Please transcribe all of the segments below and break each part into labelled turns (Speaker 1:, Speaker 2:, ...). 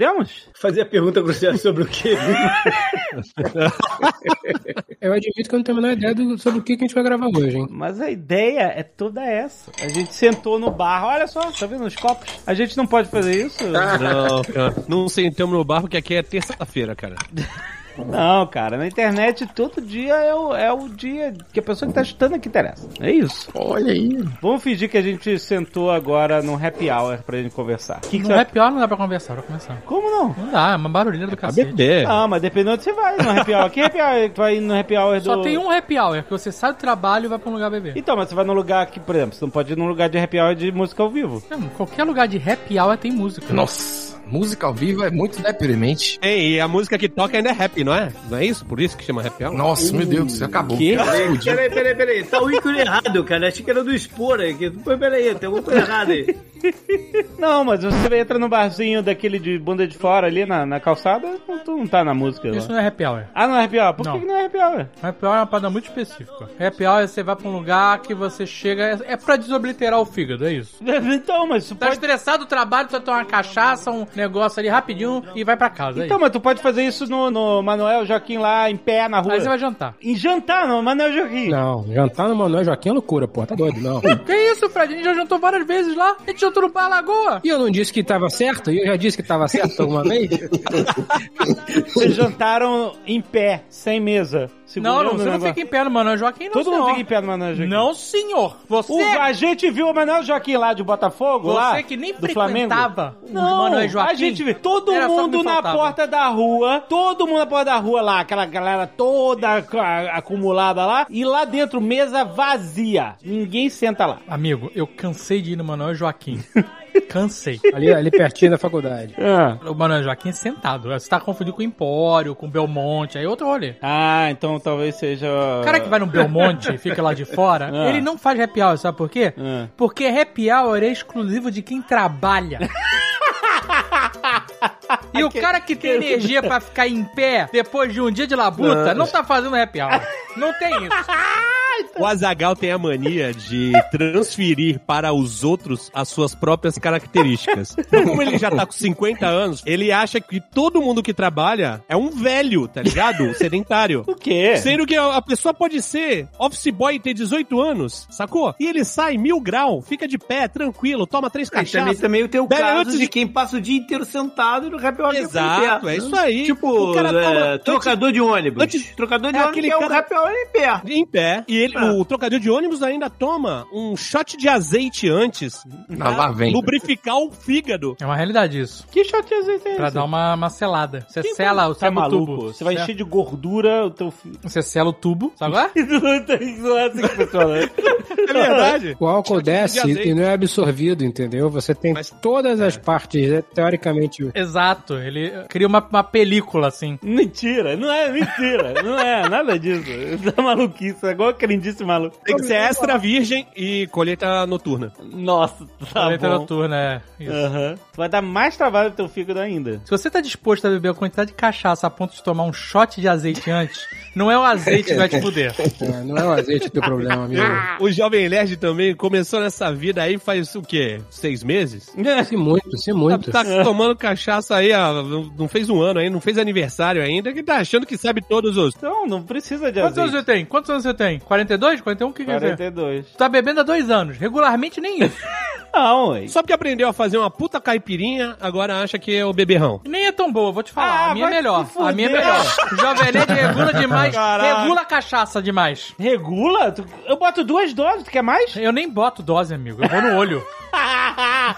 Speaker 1: Podemos?
Speaker 2: Fazer a pergunta grosseira sobre o quê?
Speaker 3: Eu admito que eu não tenho a menor ideia do- sobre o que, que a gente vai gravar hoje, hein?
Speaker 1: Mas a ideia é toda essa. A gente sentou no bar, olha só, tá vendo os copos? A gente não pode fazer isso?
Speaker 4: Ah.
Speaker 5: Não, cara. Não sentamos no bar porque aqui é terça-feira, cara.
Speaker 1: Não, cara, na internet todo dia é o, é o dia que a pessoa que tá chutando é que interessa. É isso.
Speaker 4: Olha aí.
Speaker 1: Vamos fingir que a gente sentou agora num happy hour pra gente conversar. Que que
Speaker 6: Não
Speaker 1: você
Speaker 6: é
Speaker 1: vai-
Speaker 6: pior, não dá pra conversar, pra começar.
Speaker 1: Como não?
Speaker 6: Não dá, é uma barulheira do cacete.
Speaker 5: Beber.
Speaker 1: Ah, mas dependendo de onde você vai no happy hour. Que happy hour tu vai no happy hour do...
Speaker 6: Só tem um happy hour, que você sai do trabalho e vai pra um lugar beber.
Speaker 1: Então, mas você vai num lugar que, por exemplo, você não pode ir num lugar de happy hour de música ao vivo.
Speaker 6: Não, qualquer lugar de happy hour tem música.
Speaker 4: Nossa, música ao vivo é muito deprimente.
Speaker 5: Ei, e a música que toca ainda é rap, não é? Não é isso? Por isso que chama rap é um hour?
Speaker 4: Nossa, meu Deus do céu, acabou.
Speaker 1: quê?
Speaker 2: peraí, peraí, peraí. Tá o ícone errado, cara. Achei é que era do expor aqui. Pô, Peraí, tem alguma coisa errada aí.
Speaker 1: Não, mas você entra no barzinho daquele de bunda de fora ali na, na calçada, não- tu não tá na música.
Speaker 6: Isso
Speaker 1: Lá.
Speaker 6: não é happy hour.
Speaker 1: Ah, não é happy hour? Por
Speaker 6: Não.
Speaker 1: que que não é happy hour?
Speaker 6: Happy hour é uma parada muito específica. Happy hour é você vai pra um lugar que você chega. É é pra desobliterar o fígado, é isso.
Speaker 1: Então, mas tu
Speaker 6: Tá
Speaker 1: pode...
Speaker 6: estressado do trabalho, precisa tomar uma cachaça, um negócio ali rapidinho e vai pra casa. é
Speaker 1: Então, mas tu pode fazer isso no, no Manuel Joaquim lá em pé na
Speaker 6: isso.
Speaker 1: rua.
Speaker 6: Aí você vai jantar.
Speaker 1: Em jantar, não, Manuel Joaquim.
Speaker 3: Não, jantar no Manuel Joaquim é loucura, porra. Tá doido, não.
Speaker 6: Que isso, Fred? A gente já jantou várias vezes lá. A gente jantou no Bar Lagoa.
Speaker 3: E eu não disse que tava certo? E eu já disse que tava certo alguma vez?
Speaker 1: Vocês jantaram em pé, sem mesa.
Speaker 6: Não, não,
Speaker 1: segurando o
Speaker 6: você não
Speaker 1: negócio.
Speaker 6: fica em pé no Manoel Joaquim, não,
Speaker 1: Todo
Speaker 6: senhor.
Speaker 1: mundo fica em pé no Manuel Joaquim.
Speaker 6: Não, senhor. Você, é
Speaker 1: O, a gente viu é o Manuel Joaquim lá de Botafogo, lá
Speaker 6: você que nem
Speaker 1: do Flamengo.
Speaker 6: frequentava o
Speaker 1: Não,
Speaker 6: Manoel Joaquim.
Speaker 1: a gente viu todo
Speaker 6: era só o que me
Speaker 1: mundo na
Speaker 6: faltava.
Speaker 1: porta da rua, todo mundo na porta da rua lá, aquela galera toda ac- a- acumulada lá, e lá dentro mesa vazia, ninguém senta lá.
Speaker 6: Amigo, eu cansei de ir no Manoel Joaquim. cansei.
Speaker 3: Ali, ali pertinho da faculdade.
Speaker 6: O Manoel Joaquim é sentado. Você tá confundindo com o Empório, com o Belmonte, aí é outro rolê.
Speaker 1: Ah, então talvez seja...
Speaker 6: O cara que vai no Belmonte e fica lá de fora,
Speaker 1: Ah.
Speaker 6: ele não faz happy hour, sabe por quê?
Speaker 1: Ah.
Speaker 6: Porque happy hour é exclusivo de quem trabalha. E o cara que tem energia pra ficar em pé depois de um dia de labuta não tá fazendo happy hour. Não tem isso.
Speaker 5: O Azagal tem a mania de transferir para os outros as suas próprias características. Então, como ele já tá com 50 anos, ele acha que todo mundo que trabalha é um velho, tá ligado? Sedentário.
Speaker 1: O quê?
Speaker 5: Sendo que a a pessoa pode ser office boy e ter 18 anos, sacou? E ele sai mil grau, fica de pé, tranquilo, toma três
Speaker 2: Aí também,
Speaker 5: cachaças.
Speaker 2: também tem o
Speaker 5: Bebe
Speaker 2: caso
Speaker 5: antes
Speaker 2: de...
Speaker 5: de-
Speaker 2: quem passa o dia inteiro sentado e no happy hour que
Speaker 5: Exato,
Speaker 2: fica em pé.
Speaker 5: é isso aí.
Speaker 2: Tipo,
Speaker 5: O cara
Speaker 2: é,
Speaker 5: toma-
Speaker 2: trocador de ônibus.
Speaker 5: antes-
Speaker 2: trocador de
Speaker 5: é
Speaker 2: ônibus
Speaker 5: aquele
Speaker 2: que é um
Speaker 5: cara-
Speaker 2: happy hour em pé.
Speaker 5: Em pé. E ele,
Speaker 2: Ah.
Speaker 5: o trocador de ônibus ainda toma um shot de azeite antes.
Speaker 4: Ah, lá vem.
Speaker 5: Lubrificar o fígado.
Speaker 6: É uma realidade isso.
Speaker 1: Que chateado é
Speaker 6: Pra
Speaker 1: esse?
Speaker 6: dar uma, uma selada. Você
Speaker 5: Quem
Speaker 6: sela o
Speaker 1: Tá
Speaker 6: sela o
Speaker 1: maluco?
Speaker 6: tubo.
Speaker 1: Você vai encher de gordura o teu filho.
Speaker 6: Você sela o tubo, sabe? qual é?
Speaker 1: Não é assim que funciona.
Speaker 6: né?
Speaker 5: É verdade.
Speaker 3: O álcool desce
Speaker 5: azeite.
Speaker 3: e não é absorvido, entendeu? Você tem
Speaker 5: Mas- É.
Speaker 3: todas as partes, né, teoricamente.
Speaker 6: Exato. Ele cria uma, uma película,
Speaker 1: Tá
Speaker 6: assim.
Speaker 1: Mentira, não é mentira, não é nada disso. Isso é maluquice, é igual crendice maluco.
Speaker 5: Tem que ser extra virgem e colheita noturna.
Speaker 1: Nossa, tá
Speaker 6: Colheita
Speaker 1: bom.
Speaker 6: noturna, é. Isso.
Speaker 1: Aham. Tu vai dar mais trabalho pro teu fígado ainda.
Speaker 6: Se você tá disposto a beber a quantidade de cachaça a ponto de tomar um shot de azeite antes, não é o azeite que vai te fuder.
Speaker 3: É, não é o azeite do problema, amigo.
Speaker 5: O Jovem Nerd também começou nessa vida aí faz o quê? Seis meses?
Speaker 3: Se muito, se muito.
Speaker 5: Tá tomando cachaça aí, ah, não fez um ano aí, não fez aniversário ainda, que tá achando que sabe todos os.
Speaker 1: Então, não precisa de
Speaker 6: Quantos anos
Speaker 1: azeite.
Speaker 6: você tem? Quantos anos você tem? 42? 41? O que quer dizer?
Speaker 1: 42.
Speaker 6: Tu tá bebendo há dois anos. Regularmente nem isso.
Speaker 1: Não, ué.
Speaker 5: Só porque aprendeu a fazer uma puta caipirinha, agora acha que é o beberrão.
Speaker 6: E Nem é tão boa, vou te falar.
Speaker 1: Ah,
Speaker 6: a minha é
Speaker 1: vai
Speaker 6: melhor.
Speaker 1: se
Speaker 6: A minha é
Speaker 1: fuder.
Speaker 6: melhor. O Jovem Nerd regula demais.
Speaker 1: Caralho.
Speaker 6: Regula a cachaça demais.
Speaker 1: Regula? Tu- Eu boto duas doses, tu quer mais?
Speaker 6: Eu nem boto dose, amigo. Eu vou no olho.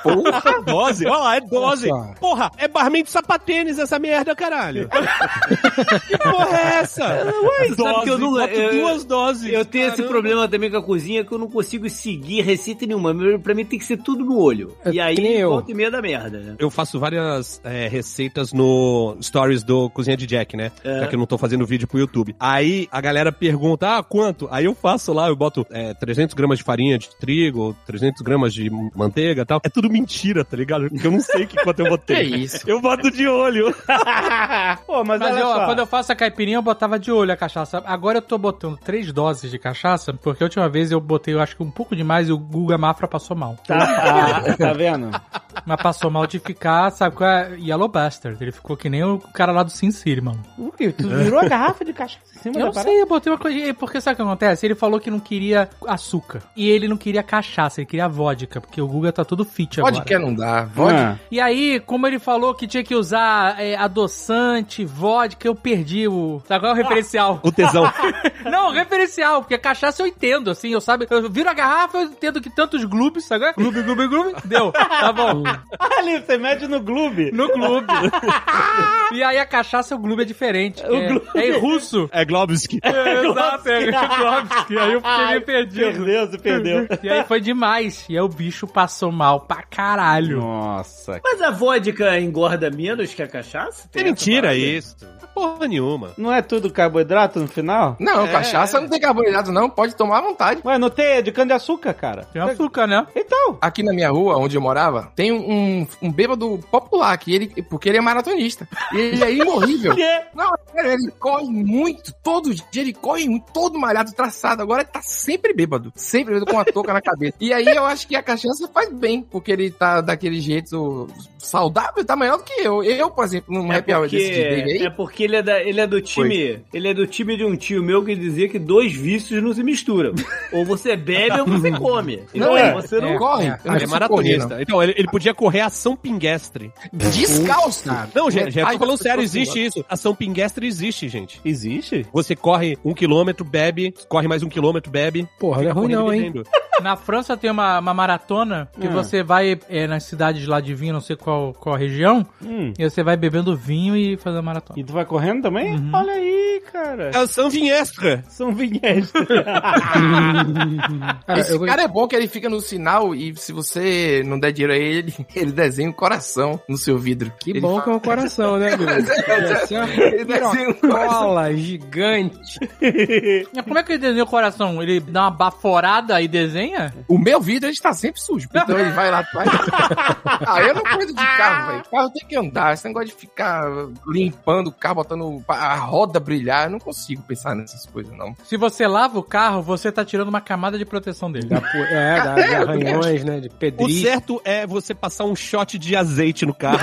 Speaker 5: Porra, dose. Olha lá, é dose.
Speaker 3: Olha só.
Speaker 5: Porra, é barman de sapatênis essa merda, caralho. que porra é essa? Ué,
Speaker 2: sabe que eu não-
Speaker 5: boto
Speaker 2: eu-
Speaker 5: duas doses.
Speaker 2: Eu tenho esse
Speaker 5: Caramba.
Speaker 2: problema também com a cozinha que eu não consigo seguir receita nenhuma. Meu- Pra mim tem que ser tudo no olho.
Speaker 3: É
Speaker 2: e
Speaker 3: que nem
Speaker 2: aí,
Speaker 3: eu.
Speaker 2: volta e meia da merda, né?
Speaker 5: Eu faço várias é, receitas no Stories do Cozinha de Jack, né?
Speaker 2: É.
Speaker 5: Já que eu não tô fazendo vídeo pro YouTube. Aí a galera pergunta, ah, quanto? Aí eu faço lá, eu boto é, 300 gramas de farinha de trigo, 300 gramas de manteiga e tal. É tudo mentira, tá ligado? Porque eu não sei que quanto eu botei.
Speaker 4: Que isso.
Speaker 5: Eu boto de olho.
Speaker 1: Pô, mas,
Speaker 6: Mas
Speaker 1: olha
Speaker 6: eu,
Speaker 1: só.
Speaker 6: quando eu faço a caipirinha, eu botava de olho a cachaça. Agora eu tô botando três doses de cachaça, porque a última vez eu botei, eu acho que um pouco demais e o Guga Mafra passou mal.
Speaker 1: Tá, ah, tá vendo?
Speaker 6: Mas passou mal de ficar, sabe qual é? Yellow Bastard. Ele ficou que nem o cara lá do Sin City, mano.
Speaker 1: O que? Tu virou a garrafa de cachaça em cima
Speaker 6: Eu
Speaker 1: da
Speaker 6: não
Speaker 1: parada?
Speaker 6: sei, eu botei uma coisa. Porque sabe o que acontece? Ele falou que não queria açúcar. E ele não queria cachaça, ele queria vodka, porque o Guga tá todo fit agora.
Speaker 4: Pode que não dá. Pode.
Speaker 1: Ah.
Speaker 6: E aí, como ele falou que tinha que usar é, adoçante, vodka, eu perdi o. Sabe qual é o referencial?
Speaker 5: O tesão.
Speaker 6: Não, referencial, porque cachaça eu entendo, assim, eu sabe, eu viro a garrafa, eu entendo que tantos glubes, sabe? qual é? Glube, glube, glube, deu, tá bom,
Speaker 1: Ali, você mede no clube.
Speaker 6: no glube. E aí a cachaça, o glube é diferente, que é,
Speaker 1: glube.
Speaker 6: é em russo.
Speaker 5: É Globski.
Speaker 6: É, exato, é Globsky, aí eu fiquei meio perdido.
Speaker 1: Perdeu, você perdeu.
Speaker 6: E aí foi demais, e aí o bicho passou mal pra caralho.
Speaker 1: Nossa.
Speaker 2: Mas a vodka engorda menos que a cachaça?
Speaker 5: É
Speaker 2: Tem essa
Speaker 5: mentira
Speaker 2: parada?
Speaker 5: isso. Porra nenhuma.
Speaker 1: Não é tudo carboidrato no final?
Speaker 4: Não,
Speaker 5: É.
Speaker 4: cachaça não tem carboidrato, não. Pode tomar à vontade.
Speaker 1: Ué, não tem é de cana-de-açúcar, cara.
Speaker 6: Tem açúcar, né?
Speaker 1: Então,
Speaker 4: Aqui na minha rua, onde eu morava, tem um, um bêbado popular, que ele, porque ele é maratonista. E ele é imorrível.
Speaker 1: quê?
Speaker 4: Não, sério, ele corre muito. Todo dia ele corre muito, todo malhado, traçado. Agora ele tá sempre bêbado. Sempre bêbado com a touca na cabeça. E aí eu acho que a cachaça faz bem, porque ele tá daquele jeito saudável, tá maior do que eu. Eu, por exemplo, num
Speaker 2: É
Speaker 4: happy hour
Speaker 2: porque,
Speaker 4: desse de briga aí.
Speaker 2: é porque ele é, da- ele é do time. Ele é do time de um tio meu que dizia que dois vícios não se misturam. ou você bebe ou você come. Então,
Speaker 4: Não, é.
Speaker 2: você não.
Speaker 4: Não corre. eu
Speaker 5: Ele
Speaker 4: não
Speaker 5: é
Speaker 4: preciso correr,
Speaker 5: maratonista. então, ele, ele podia correr a São Pinguestre.
Speaker 4: não. Descalço.
Speaker 3: é
Speaker 5: Não, gente, já tô
Speaker 4: Metade
Speaker 5: falando
Speaker 4: das
Speaker 5: sério,
Speaker 4: pessoas
Speaker 3: assim,
Speaker 5: existe isso. A São Pinguestre existe, gente.
Speaker 1: Existe?
Speaker 5: Você corre um quilômetro, bebe, corre mais um quilômetro, bebe.
Speaker 3: Porra, não é ruim não, hein?
Speaker 6: Na França tem uma, uma maratona que
Speaker 1: Hum.
Speaker 6: você vai é, nas cidades lá de vinho, não sei qual, qual a região,
Speaker 1: Hum.
Speaker 6: e você vai bebendo vinho e fazendo maratona.
Speaker 1: E tu vai correndo também?
Speaker 6: Uhum.
Speaker 1: Olha aí, cara.
Speaker 5: É o São Vinhestre.
Speaker 1: São vinhedos.
Speaker 3: Cara,
Speaker 4: Esse
Speaker 3: eu,
Speaker 4: cara é bom que ele fica no sinal e se você não der dinheiro a ele, ele desenha um coração no seu vidro.
Speaker 3: que
Speaker 4: Ele
Speaker 3: bom
Speaker 4: fala-
Speaker 3: que é um coração, né, Guga? Deve ser
Speaker 4: Ele desenha um
Speaker 3: uma
Speaker 4: coração.
Speaker 3: cola gigante.
Speaker 6: Mas Como é que ele desenha o coração? Ele dá uma baforada e desenha?
Speaker 4: O meu vidro, ele está sempre sujo. Então ele vai lá atrás. ah, eu não cuido de carro, velho. Carro tem que andar. Esse negócio de ficar limpando o carro, botando a roda brilhar, eu não consigo pensar nessas coisas, não.
Speaker 6: Se você lava o carro, você tá tirando uma camada de proteção dele.
Speaker 3: Dá por- é, dá, dá arranhões, né? De
Speaker 5: O
Speaker 3: pedrinho.
Speaker 5: certo é você passar um shot de azeite no carro.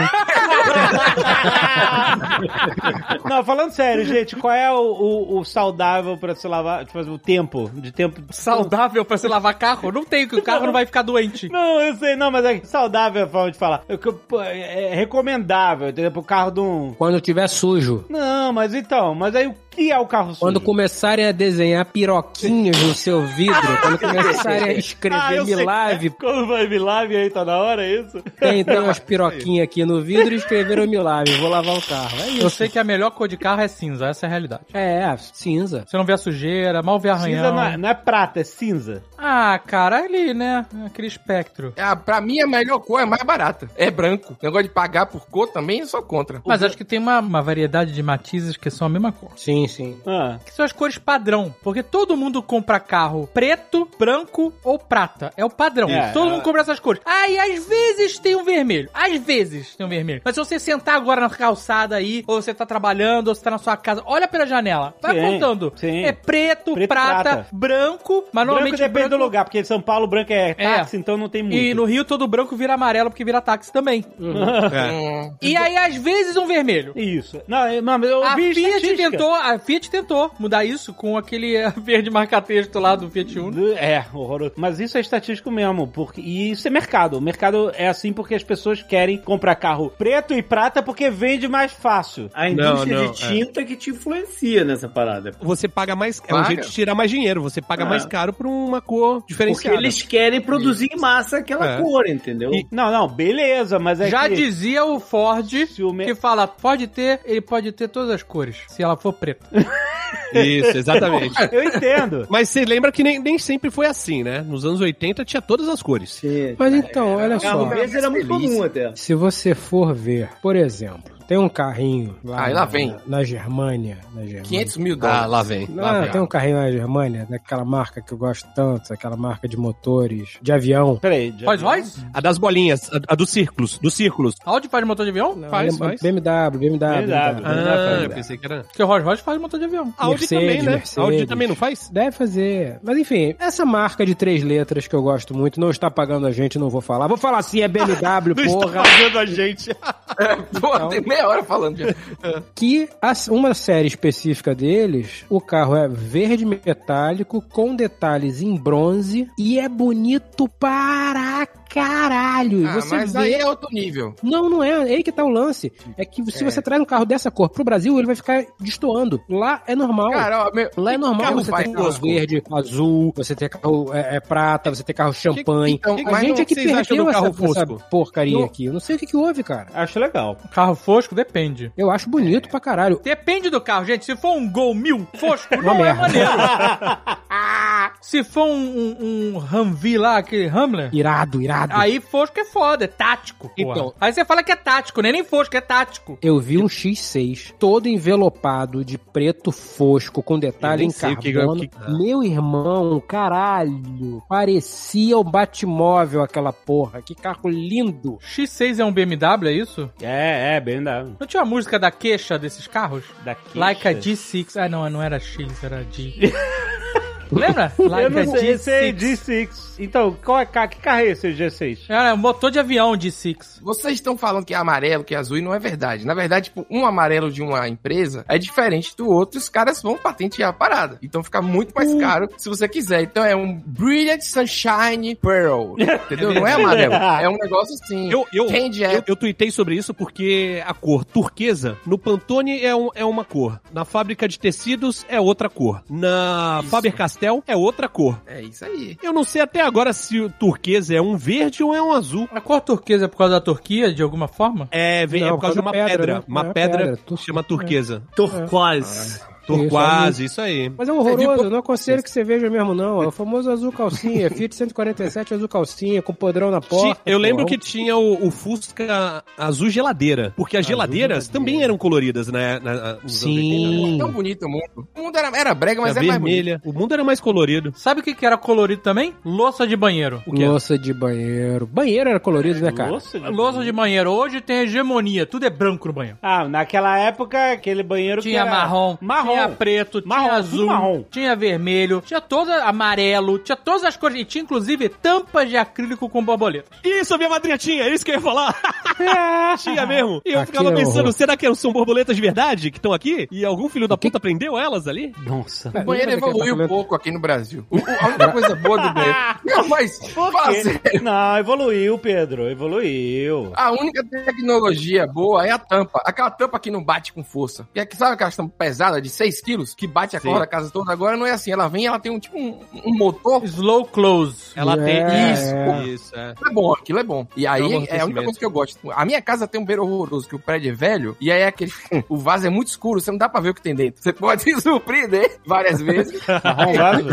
Speaker 1: Não, falando sério, gente, qual é o, o- o saudável pra se lavar? Tipo, o tempo, de tempo...
Speaker 6: Saudável pra você lavar carro? Não tem, que o carro não vai ficar doente.
Speaker 1: Não, eu sei, não, mas é que saudável é a forma de falar. Eu- que eu- pô, É, é recomendável, entendeu? Pro carro de um...
Speaker 3: Quando tiver sujo.
Speaker 1: Não, mas então, mas aí o que é o carro sujo?
Speaker 3: Quando começarem a desenhar piroquinhos no seu vidro, quando começarem a escrever
Speaker 1: Ah, eu
Speaker 3: me
Speaker 1: sei.
Speaker 3: lave,
Speaker 1: Quando vai me lave aí, tá na hora, é isso?
Speaker 3: tem então as piroquinhas aqui no vidro e escreveram me lave, vou lavar o carro. É
Speaker 6: Eu
Speaker 3: isso.
Speaker 6: sei que a melhor cor de carro é cinza, essa é a realidade.
Speaker 3: É, é, cinza.
Speaker 6: Você não vê a sujeira, mal vê arranhão.
Speaker 1: Cinza não é, não é prata, é cinza.
Speaker 6: Ah, cara, ali, né? Aquele espectro.
Speaker 4: Ah, pra mim, a melhor cor é mais barata. É branco. Negócio de pagar por cor também, eu sou contra.
Speaker 6: Mas acho que tem uma, uma variedade de matizes que são a mesma cor.
Speaker 3: Sim, sim.
Speaker 1: Ah,
Speaker 6: Que são as cores padrão. Porque todo mundo compra carro preto, branco ou prata. É o padrão.
Speaker 1: É,
Speaker 6: todo
Speaker 1: é.
Speaker 6: mundo compra essas cores. Ah, e às vezes tem um vermelho. Às vezes tem um vermelho. Mas se você sentar agora na calçada aí, ou você tá trabalhando, ou você tá na sua casa, olha pela janela. Vai
Speaker 1: Sim,
Speaker 6: contando.
Speaker 1: sim.
Speaker 6: É preto,
Speaker 1: Preto,
Speaker 6: prata,
Speaker 1: prata.
Speaker 6: branco, mas
Speaker 1: branco
Speaker 6: normalmente
Speaker 1: depende do
Speaker 6: branco-
Speaker 1: lugar, porque em São Paulo branco é táxi, então não tem muito.
Speaker 6: E no Rio todo branco vira amarelo porque vira táxi também.
Speaker 1: Uhum.
Speaker 5: É.
Speaker 4: Hum,
Speaker 6: E aí às vezes um vermelho.
Speaker 1: Isso. Não, eu- não, mas eu
Speaker 6: A é
Speaker 1: vi
Speaker 6: Fiat
Speaker 1: estatística.
Speaker 6: tentou, a Fiat tentou mudar isso com aquele eh, verde marca-texto lá do Fiat Uno.
Speaker 1: É, horroroso. Mas isso é estatístico mesmo, porque e isso é mercado. O mercado é assim porque as pessoas querem comprar carro preto e prata porque vende mais fácil.
Speaker 2: A indústria
Speaker 5: Não, não,
Speaker 2: de tinta que te influencia nessa parada.
Speaker 5: Você paga mais. É um
Speaker 4: Paga.
Speaker 5: jeito de tirar mais dinheiro. Você paga
Speaker 3: Ah.
Speaker 2: É.
Speaker 5: mais caro por uma cor
Speaker 2: Porque
Speaker 5: diferenciada.
Speaker 2: eles querem produzir em massa aquela
Speaker 5: É.
Speaker 2: cor, entendeu?
Speaker 5: E-
Speaker 1: Não, não, beleza, mas é
Speaker 6: Já
Speaker 1: que...
Speaker 6: dizia o Ford
Speaker 1: Se o me-
Speaker 6: que fala, pode ter, ele pode ter todas as cores, se ela for preta.
Speaker 5: Isso, exatamente.
Speaker 1: Eu entendo.
Speaker 5: Mas você lembra que nem, nem sempre foi assim, né? Nos anos 80 tinha todas as cores.
Speaker 2: Sim.
Speaker 3: Mas então, olha só.
Speaker 2: Carro verde era muito comum até.
Speaker 3: Se você for ver, por exemplo, Tem um carrinho
Speaker 4: Aí lá vem.
Speaker 3: Na Germânia. Na Germânia.
Speaker 4: 500 mil
Speaker 5: Ah,
Speaker 4: dólares.
Speaker 5: lá vem.
Speaker 3: Não,
Speaker 5: lá vem, ó.
Speaker 3: tem um carrinho na Germânia, daquela marca que eu gosto tanto, aquela marca de motores, de avião.
Speaker 1: Peraí, já-
Speaker 6: Rolls Royce?
Speaker 5: A das bolinhas, a, a dos círculos, dos círculos.
Speaker 6: Audi faz motor de avião?
Speaker 3: Não,
Speaker 5: Faz,
Speaker 3: lembra-
Speaker 5: faz.
Speaker 3: BMW, BMW,
Speaker 1: BMW.
Speaker 3: BMW.
Speaker 5: Ah, eu pensei que era.
Speaker 6: Porque o Rolls Royce faz motor de avião.
Speaker 5: Audi
Speaker 3: Mercedes,
Speaker 5: também, né?
Speaker 3: Mercedes.
Speaker 5: Audi também não faz?
Speaker 3: Deve fazer. Mas enfim, essa marca de três letras que eu gosto muito, não está pagando a gente, não vou falar. Vou falar sim, é BMW, porra.
Speaker 5: pagando a gente.
Speaker 4: Pô, tem meia hora falando. já.
Speaker 3: Que as- uma série específica deles, o carro é verde metálico, com detalhes em bronze, e é bonito para caralho. E
Speaker 4: Ah,
Speaker 3: você
Speaker 4: mas
Speaker 3: vê...
Speaker 4: aí é outro nível.
Speaker 3: Não, não é. É aí que tá o lance. É que se você traz um carro dessa cor pro Brasil, ele vai ficar destoando. Lá é normal.
Speaker 4: Cara, ó, meu,
Speaker 3: Lá é normal
Speaker 4: carro
Speaker 3: você
Speaker 4: vai
Speaker 3: ter carro
Speaker 4: tosco?
Speaker 3: verde, azul, você ter carro é, é, prata, você ter carro champanhe.
Speaker 4: então,
Speaker 3: a
Speaker 4: mas
Speaker 3: gente
Speaker 4: não-
Speaker 3: é que
Speaker 5: vocês acham
Speaker 3: perdeu
Speaker 5: do
Speaker 3: essa,
Speaker 5: carro
Speaker 3: essa
Speaker 5: fosco?
Speaker 3: porcaria
Speaker 6: Não.
Speaker 3: aqui. Eu não sei o que, que houve, cara.
Speaker 1: Acho legal.
Speaker 6: Carro fosco, depende.
Speaker 3: Eu acho
Speaker 4: É.
Speaker 3: bonito pra caralho.
Speaker 6: Depende do carro, gente. Se for um Gol mil fosco, não é
Speaker 3: merda.
Speaker 6: maneiro. Se for um, um, um Humvee lá, aquele Hamler,
Speaker 3: Irado, irado.
Speaker 6: aí fosco é foda, é tático. porra.
Speaker 3: Então-
Speaker 6: Aí você fala que é tático, não é nem fosco, é tático.
Speaker 3: Eu vi um X6 todo envelopado de preto fosco, com detalhe
Speaker 5: Eu nem
Speaker 3: em
Speaker 5: sei o que-
Speaker 3: carbono.
Speaker 5: o que- é.
Speaker 3: Meu irmão, caralho, parecia o Batmóvel aquela porra. Que carro lindo.
Speaker 6: X6 é um BMW, é isso?
Speaker 1: É, é, bem da.
Speaker 6: Não tinha uma música da queixa desses carros?
Speaker 1: Daqui. é.
Speaker 6: Like a G6. Ah, não, não era X, era G. Lembra? Like
Speaker 1: Eu não
Speaker 6: a
Speaker 1: sei,
Speaker 6: G6.
Speaker 1: esse é G6. Então, qual é, ca- que carro é esse G6?
Speaker 6: Era um motor de avião G6.
Speaker 4: Vocês estão falando que é amarelo, que é azul, e não é verdade. Na verdade, tipo, um amarelo de uma empresa é diferente do outro, e os caras vão patentear a parada. Então fica muito mais caro se você quiser. Então é um Brilliant Sunshine Pearl. Entendeu? Não é amarelo. É um negócio assim.
Speaker 5: Eu, eu,
Speaker 4: Candy
Speaker 5: eu,
Speaker 4: Apple.
Speaker 5: eu tuitei sobre isso porque a cor turquesa no Pantone é, um- é uma cor, na fábrica de tecidos é outra cor, na
Speaker 4: Isso.
Speaker 5: Faber-Castell é outra cor.
Speaker 4: É isso aí.
Speaker 5: Eu não sei até agora se o turquesa é um verde ou é um azul.
Speaker 6: A cor turquesa é por causa da Turquia, de alguma forma?
Speaker 5: É, vem,
Speaker 3: Não,
Speaker 5: é por causa de uma pedra,
Speaker 3: né?
Speaker 5: uma
Speaker 3: É,
Speaker 5: pedra,
Speaker 3: pedra,
Speaker 5: que
Speaker 3: tur-
Speaker 5: chama turquesa.
Speaker 2: Turquoise.
Speaker 5: Turquoise, isso aí.
Speaker 3: Mas é horroroso, eu não aconselho que você veja mesmo, não. É o famoso azul calcinha, é Fiat 147 azul calcinha, com podrão na porta.
Speaker 5: Ti- eu lembro
Speaker 3: porra.
Speaker 5: que tinha o, o Fusca azul geladeira, porque as geladeeiras também eram coloridas, né? na- nos anos 80, né?
Speaker 3: Sim.
Speaker 4: É Tão bonito o mundo. O mundo era, era brega, mas
Speaker 5: a
Speaker 4: é mais bonito.
Speaker 5: vermelha. O mundo era mais colorido.
Speaker 6: Sabe o que, que era colorido também? Louça de banheiro.
Speaker 5: O é? quê?
Speaker 3: Louça de banheiro. Banheiro era colorido, né, cara?
Speaker 1: Nossa,
Speaker 6: Louça de banheiro. Hoje tem hegemonia. Tudo é branco no banheiro.
Speaker 1: Ah, naquela época, aquele banheiro que
Speaker 6: Tinha
Speaker 1: era-
Speaker 6: marrom,
Speaker 1: Marrom.
Speaker 6: tinha preto,
Speaker 1: Marrom,
Speaker 6: tinha
Speaker 1: tudo
Speaker 6: azul,
Speaker 1: marrom.
Speaker 6: tinha vermelho, tinha todo amarelo, tinha todas as cores. E tinha, inclusive, tampas de acrílico com borboleta.
Speaker 5: Isso, a minha madrinha tinha, é isso que eu ia falar. tinha mesmo. E eu
Speaker 3: Aqui
Speaker 5: ficava
Speaker 3: é
Speaker 5: pensando,
Speaker 3: horror.
Speaker 5: será que são borboletas de verdade que estão aqui? E algum filho da
Speaker 3: Que-
Speaker 5: puta prendeu elas ali?
Speaker 1: Nossa.
Speaker 4: O banheiro
Speaker 3: Lembra daquele
Speaker 4: evoluiu um
Speaker 3: apartamento-
Speaker 4: pouco aqui no Brasil. O- o- a única coisa boa do banheiro. Não, mas. Fala sério.
Speaker 1: Não, evoluiu, Pedro. Evoluiu.
Speaker 4: A única tecnologia boa é a tampa. Aquela tampa que não bate com força. E aqui, sabe aquela tampa pesada de 6 quilos que bate a
Speaker 5: Sim.
Speaker 4: corda da casa toda? Agora não é assim. Ela vem e ela tem um tipo um, um motor.
Speaker 6: Slow close.
Speaker 5: Ela
Speaker 3: É,
Speaker 5: tem. Isso,
Speaker 3: é.
Speaker 5: isso, é.
Speaker 4: É bom, aquilo é bom. E
Speaker 5: É um
Speaker 4: aí é a única
Speaker 5: amortecimento.
Speaker 4: coisa que eu gosto. A minha casa tem um beiro horroroso, que o prédio é velho, e aí é aquele. O vaso é muito escuro, você não dá pra ver o que tem dentro. Você pode se surpreender várias vezes.
Speaker 1: Marrom vaso?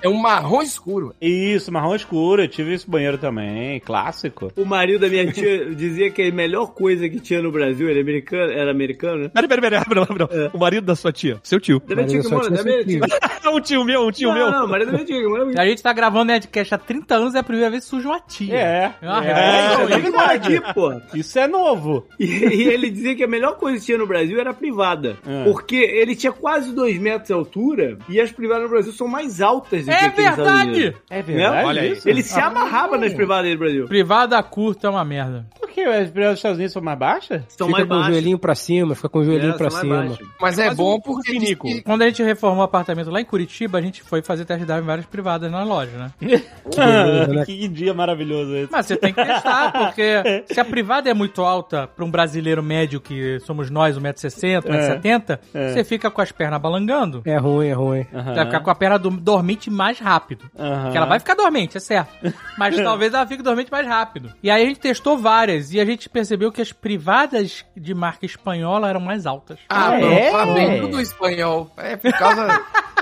Speaker 4: É um marrom escuro.
Speaker 1: Isso, marrom escuro. Eu tive esse banheiro também. Clássico.
Speaker 2: O marido da minha tia dizia que a melhor coisa que tinha no Brasil, ele é americano, era americano, né?
Speaker 5: Peraí, peraí, peraí, peraí, peraí, peraí. O marido da sua tia. Seu tio.
Speaker 2: Da minha
Speaker 3: Marido
Speaker 2: tia que
Speaker 3: só
Speaker 2: mora,
Speaker 3: tinha
Speaker 2: da minha tia.
Speaker 3: sentido.
Speaker 5: É um tio meu, um tio meu.
Speaker 2: Não, não, o marido da minha tia que mora.
Speaker 6: A gente tá gravando Nerdcast há 30 anos e é a primeira vez que surge uma tia.
Speaker 1: É.
Speaker 6: É uma
Speaker 1: É,
Speaker 2: Então,
Speaker 1: isso
Speaker 6: revolução,
Speaker 1: é
Speaker 6: hein?
Speaker 2: ele mora aqui,
Speaker 1: verdade.
Speaker 2: pô.
Speaker 1: Isso é novo.
Speaker 2: E, e ele dizia que a melhor coisa que tinha no Brasil era a privada.
Speaker 1: Ah.
Speaker 2: Porque ele tinha quase dois metros de altura e as privadas no Brasil são mais altas do que
Speaker 6: É
Speaker 2: aqui nos Estados Unidos.
Speaker 6: verdade!
Speaker 1: É
Speaker 2: Né?
Speaker 5: Olha aí.
Speaker 2: Ele se amarrava nas privadas do Brasil.
Speaker 6: Privada curta é uma merda.
Speaker 1: Por que as primeiras dos Estados Unidos são mais baixas?
Speaker 2: São
Speaker 3: Fica
Speaker 2: mais
Speaker 3: com o
Speaker 2: baixas.
Speaker 3: joelhinho pra cima, fica com o joelhinho
Speaker 2: É,
Speaker 3: pra
Speaker 2: são mais
Speaker 3: cima.
Speaker 2: baixas.
Speaker 4: Mas é
Speaker 5: quase
Speaker 4: bom
Speaker 5: um
Speaker 4: porque.
Speaker 5: pinico.
Speaker 4: diz que-
Speaker 6: Quando a gente reformou o apartamento lá em Curitiba, a gente foi fazer test drive em várias privadas na loja, né?
Speaker 3: beleza, né?
Speaker 1: que dia maravilhoso esse.
Speaker 6: Mas você tem que testar, porque se a privada é muito alta pra um brasileiro médio, que somos nós, 1,60m, 1,70m,
Speaker 1: é.
Speaker 6: você fica com as pernas balangando.
Speaker 3: É ruim, é ruim.
Speaker 1: Aham.
Speaker 6: Você vai ficar com a perna do- dormente mais rápido.
Speaker 1: Aham.
Speaker 6: Porque ela vai ficar dormente, é certo. Mas talvez ela fique dormente mais rápido. E aí a gente testou várias e a gente percebeu que as privadas de marca espanhola eram mais altas.
Speaker 4: Ah,
Speaker 1: Ah,
Speaker 4: não,
Speaker 1: é?
Speaker 4: fala bem tudo espanhol. É por causa.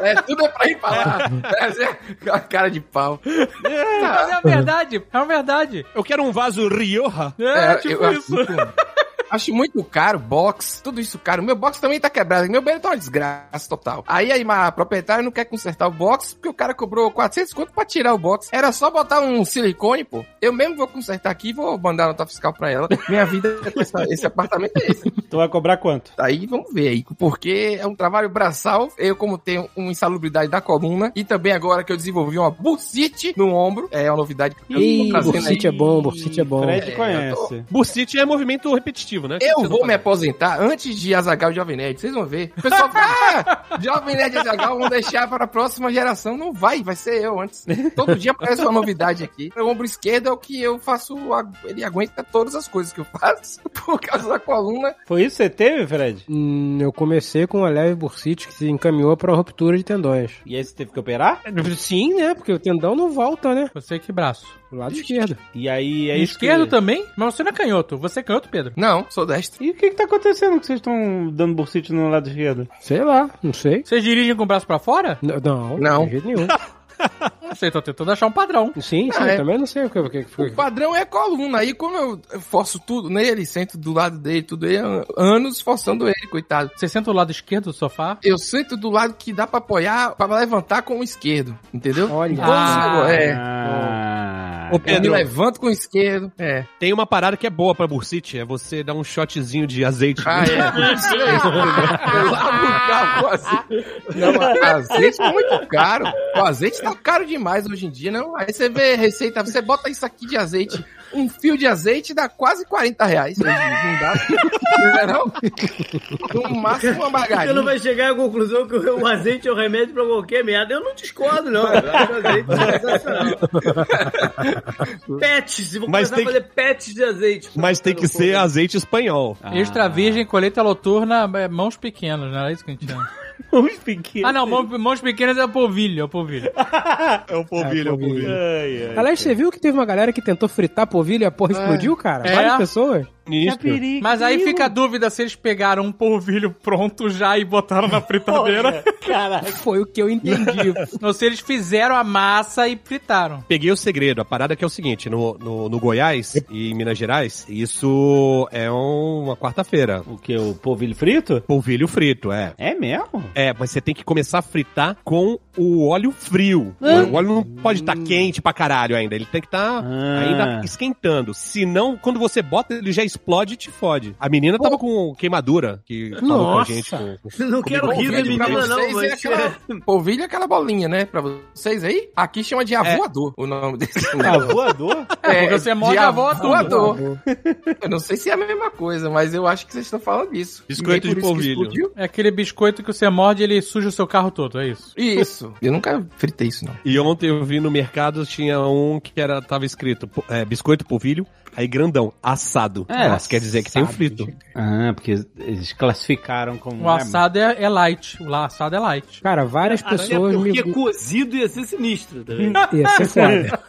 Speaker 4: é, tudo é pra ir falar. Mas é a cara de pau.
Speaker 6: Mas é uma verdade, é uma verdade.
Speaker 5: Eu quero um vaso Rioja.
Speaker 6: É,
Speaker 4: É,
Speaker 6: tipo
Speaker 4: eu acho
Speaker 6: isso.
Speaker 4: muito- Acho muito caro, box, tudo isso caro. Meu box também tá quebrado. Meu banheiro tá uma desgraça total. Aí aí, a proprietária não quer consertar o box, porque o cara cobrou 400 conto pra tirar o box. Era só botar um silicone, pô. Eu mesmo vou consertar aqui e vou mandar nota fiscal pra ela. Minha vida, é essa- esse apartamento é esse.
Speaker 1: Tu vai cobrar quanto?
Speaker 4: Aí vamos ver aí, porque é um trabalho braçal. Eu, como tenho uma insalubridade da coluna, e também agora que eu desenvolvi uma bursite no ombro, é uma novidade que eu
Speaker 3: Ih,
Speaker 4: tô trazendo aí.
Speaker 3: bursite é bom, bursite é bom.
Speaker 1: Fred
Speaker 4: É,
Speaker 1: conhece.
Speaker 5: Bursite é movimento repetitivo, né?
Speaker 4: Eu vou me aposentar antes de Azagal e Jovem Nerd. Vocês vão ver. O pessoal fala, ah, Jovem Nerd e Azagal vão deixar para a próxima geração. Não vai, vai ser eu antes. Todo dia aparece uma novidade aqui. O ombro esquerdo é o que eu faço. Ele aguenta todas as coisas que eu faço por causa da coluna.
Speaker 1: Foi isso que você teve, Fred?
Speaker 3: Hum, eu comecei com uma leve bursite que se encaminhou pra ruptura de tendões.
Speaker 1: E aí você teve que operar?
Speaker 3: Sim, né? Porque o tendão não volta, né?
Speaker 6: Você que braço.
Speaker 3: Do lado esquerdo.
Speaker 1: E aí é isso
Speaker 6: Esquerdo
Speaker 1: que...
Speaker 6: também? Mas você não é canhoto. Você é canhoto, Pedro?
Speaker 4: Não, sou destro.
Speaker 1: E o que que tá acontecendo que vocês estão dando bursite no lado esquerdo?
Speaker 3: Sei lá, não sei.
Speaker 6: Vocês dirigem com o braço pra fora?
Speaker 3: N- Não,
Speaker 4: Não.
Speaker 3: de jeito nenhum.
Speaker 6: Não sei, tô tentando achar um padrão.
Speaker 3: Sim, sim,
Speaker 4: Ah, é.
Speaker 3: também não sei o que, o que foi.
Speaker 4: O padrão é coluna. Aí, como eu eu forço tudo nele, sento do lado dele, tudo ele, anos forçando ele, coitado.
Speaker 6: Você senta do lado esquerdo do sofá?
Speaker 4: Eu sento do lado que dá pra apoiar, pra levantar com o esquerdo, entendeu?
Speaker 3: Olha.
Speaker 6: Ah,
Speaker 4: é.
Speaker 1: Ah,
Speaker 2: É,
Speaker 5: Ô,
Speaker 4: Eu me
Speaker 5: Pedro,
Speaker 4: levanto com o esquerdo. É.
Speaker 5: tem uma parada que é boa pra bursite, é você dar um shotzinho de azeite.
Speaker 4: Ah, é. Isso é isso. Eu lavo o carro assim. Não, mas azeite é muito caro. O azeite tá caro demais hoje em dia, não? Aí você vê receita, você bota isso aqui de azeite. Um fio de azeite dá quase 40 reais. Hoje em dia, Não dá. Não é não? No máximo uma
Speaker 2: Você não
Speaker 4: margarina.
Speaker 2: vai chegar à conclusão que o azeite é o remédio pra qualquer merda. Eu não discordo, não. Eu acho o azeite é sensacional. Pets, vou
Speaker 5: Mas
Speaker 2: começar a
Speaker 5: tem que-
Speaker 2: fazer pets de azeite.
Speaker 5: Mas tem que ser azeite espanhol.
Speaker 6: Extra virgem, colheita noturna, é, mãos pequenas, não é isso que a gente chama?
Speaker 1: Os pequenos.
Speaker 6: ah, não, mão- mãos, pequenas é o polvilho, é o polvilho.
Speaker 5: É o
Speaker 3: polvilho, é o polvilho.
Speaker 1: Ai, ai.
Speaker 3: Aliás, você viu que teve uma galera que tentou fritar polvilho e a porra explodiu, cara?
Speaker 6: É?
Speaker 3: Várias pessoas.
Speaker 6: Mas aí fica a dúvida se eles pegaram um polvilho pronto já e botaram na fritadeira.
Speaker 1: Caraca.
Speaker 3: Foi o que eu entendi.
Speaker 6: ou se eles fizeram a massa e fritaram.
Speaker 5: Peguei o segredo. A parada que é o seguinte: no, no, no Goiás e em Minas Gerais, isso é uma quarta-feira.
Speaker 1: O que, o polvilho frito?
Speaker 5: Polvilho frito, é.
Speaker 1: É mesmo?
Speaker 5: É, mas você tem que começar a fritar com o óleo frio. O óleo não pode estar quente pra caralho ainda. Ele tem que estar
Speaker 1: Ah.
Speaker 5: ainda esquentando. Senão, quando você bota, ele já explode e te fode. A menina tava com queimadura, que falou com a
Speaker 1: Nossa.
Speaker 5: gente. com-
Speaker 2: Não quero rir
Speaker 1: né?
Speaker 2: da
Speaker 4: Polvilho pra
Speaker 2: menina, não,
Speaker 4: vocês é
Speaker 2: mas...
Speaker 4: aquela... Polvilho é aquela bolinha, né? Pra vocês aí. Aqui chama
Speaker 2: É.
Speaker 4: de avoador o nome desse
Speaker 1: Ah,
Speaker 4: negócio.
Speaker 1: voador?
Speaker 6: É, porque você morde
Speaker 4: de
Speaker 6: a avó do-
Speaker 4: avoador. Eu não sei se é a mesma coisa, mas eu acho que vocês estão falando disso.
Speaker 5: Biscoito
Speaker 4: E aí,
Speaker 5: de
Speaker 4: por isso que
Speaker 5: polvilho.
Speaker 4: explodiu.
Speaker 6: É aquele biscoito que você morde e ele suja o seu carro todo, é isso.
Speaker 4: Isso. Eu nunca fritei isso, não.
Speaker 5: E ontem eu vi no mercado, tinha um que era, tava escrito é, biscoito polvilho, aí grandão, assado.
Speaker 1: É,
Speaker 5: Nossa, quer dizer que tem o frito.
Speaker 1: Ah, porque eles classificaram como...
Speaker 6: O assado é, é light. O la- assado é light.
Speaker 3: Cara, várias pessoas
Speaker 2: Até porque
Speaker 3: me.
Speaker 2: cozido ia ser sinistro. Tá vendo?
Speaker 3: Ia ser foda.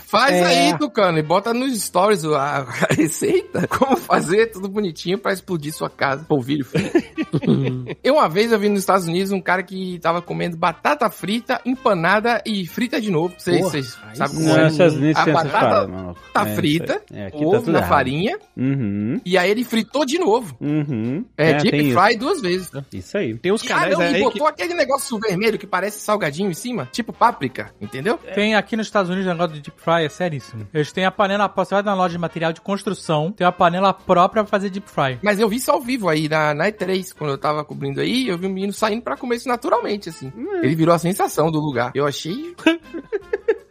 Speaker 4: Faz
Speaker 3: É.
Speaker 4: aí, Tucano, e bota nos stories a, a receita. Como fazer tudo bonitinho pra explodir sua casa. Polvilho frito. eu uma vez eu vi nos Estados Unidos um cara que tava comendo batata frita, empanada e frita de novo. Vocês
Speaker 3: Porra,
Speaker 4: vocês
Speaker 3: aí
Speaker 4: sabem como
Speaker 1: Não,
Speaker 4: é?
Speaker 1: os Estados Unidos
Speaker 4: A
Speaker 1: tem essas
Speaker 4: batata
Speaker 1: paradas, maluco.
Speaker 4: Tá
Speaker 1: É,
Speaker 4: frita,
Speaker 1: É, aqui tá
Speaker 4: ovo
Speaker 1: tudo
Speaker 4: na
Speaker 1: errado.
Speaker 4: farinha,
Speaker 1: Uhum,
Speaker 4: e aí ele fritou de novo.
Speaker 1: uhum.
Speaker 4: É, deep
Speaker 1: tem
Speaker 4: fry duas vezes.
Speaker 1: Isso, isso aí.
Speaker 5: Tem uns
Speaker 4: Ah,
Speaker 5: canais
Speaker 4: não, e
Speaker 5: aí que...
Speaker 4: botou aquele negócio vermelho que parece salgadinho em cima, tipo páprica, entendeu?
Speaker 6: É. Tem aqui nos Estados Unidos um negócio de deep fry, é seríssimo. Eles têm a panela própria. Você vai na loja de material de construção, tem uma panela própria pra fazer deep fry.
Speaker 4: Mas eu vi isso ao vivo aí na, na E3, quando eu tava cobrindo aí, eu vi um menino saindo pra comer isso naturalmente, assim. Ele virou a sensação do lugar. Eu achei.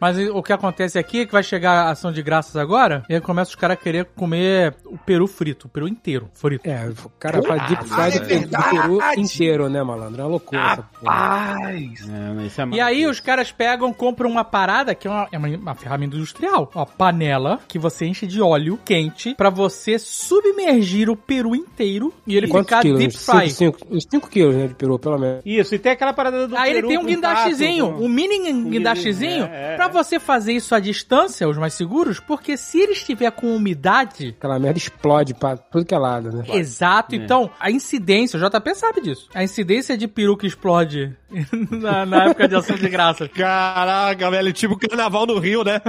Speaker 6: Mas e- o que acontece aqui é que vai chegar a ação de graças agora, e aí começa os caras a querer comer o peru frito, o peru inteiro, frito.
Speaker 3: É, o cara faz deep
Speaker 4: Ah,
Speaker 3: fry
Speaker 4: é
Speaker 3: do peru- do peru
Speaker 4: verdade.
Speaker 3: inteiro, né, malandro? É uma loucura essa porra.
Speaker 4: Rapaz!
Speaker 1: É, mas isso é
Speaker 6: E aí
Speaker 1: maluco.
Speaker 6: os caras pegam, compram uma parada, que é uma, é uma- uma ferramenta industrial, uma panela que você enche de óleo quente pra você submergir o peru inteiro e ele
Speaker 3: Quantos
Speaker 6: ficar
Speaker 3: quilos?
Speaker 6: deep fry.
Speaker 3: Cinco- cinco- Uns 5 quilos, né, de peru, pelo menos.
Speaker 1: Isso, e tem aquela parada do
Speaker 6: Aí ele
Speaker 1: peru
Speaker 6: tem um
Speaker 1: com
Speaker 6: guindastezinho,
Speaker 1: pato, com-
Speaker 6: um mini
Speaker 1: guindaste-
Speaker 6: guindastezinho,
Speaker 1: é, é,
Speaker 6: pra
Speaker 1: é.
Speaker 6: você fazer isso à distância, os mais seguros, porque se ele estiver com umidade.
Speaker 3: Aquela merda explode pra tudo que é lado, né?
Speaker 1: É.
Speaker 6: Exato, então a incidência, o JP sabe disso. A incidência de peru que explode na, na época de ação de graça.
Speaker 5: Caraca, velho, tipo carnaval no Rio, né?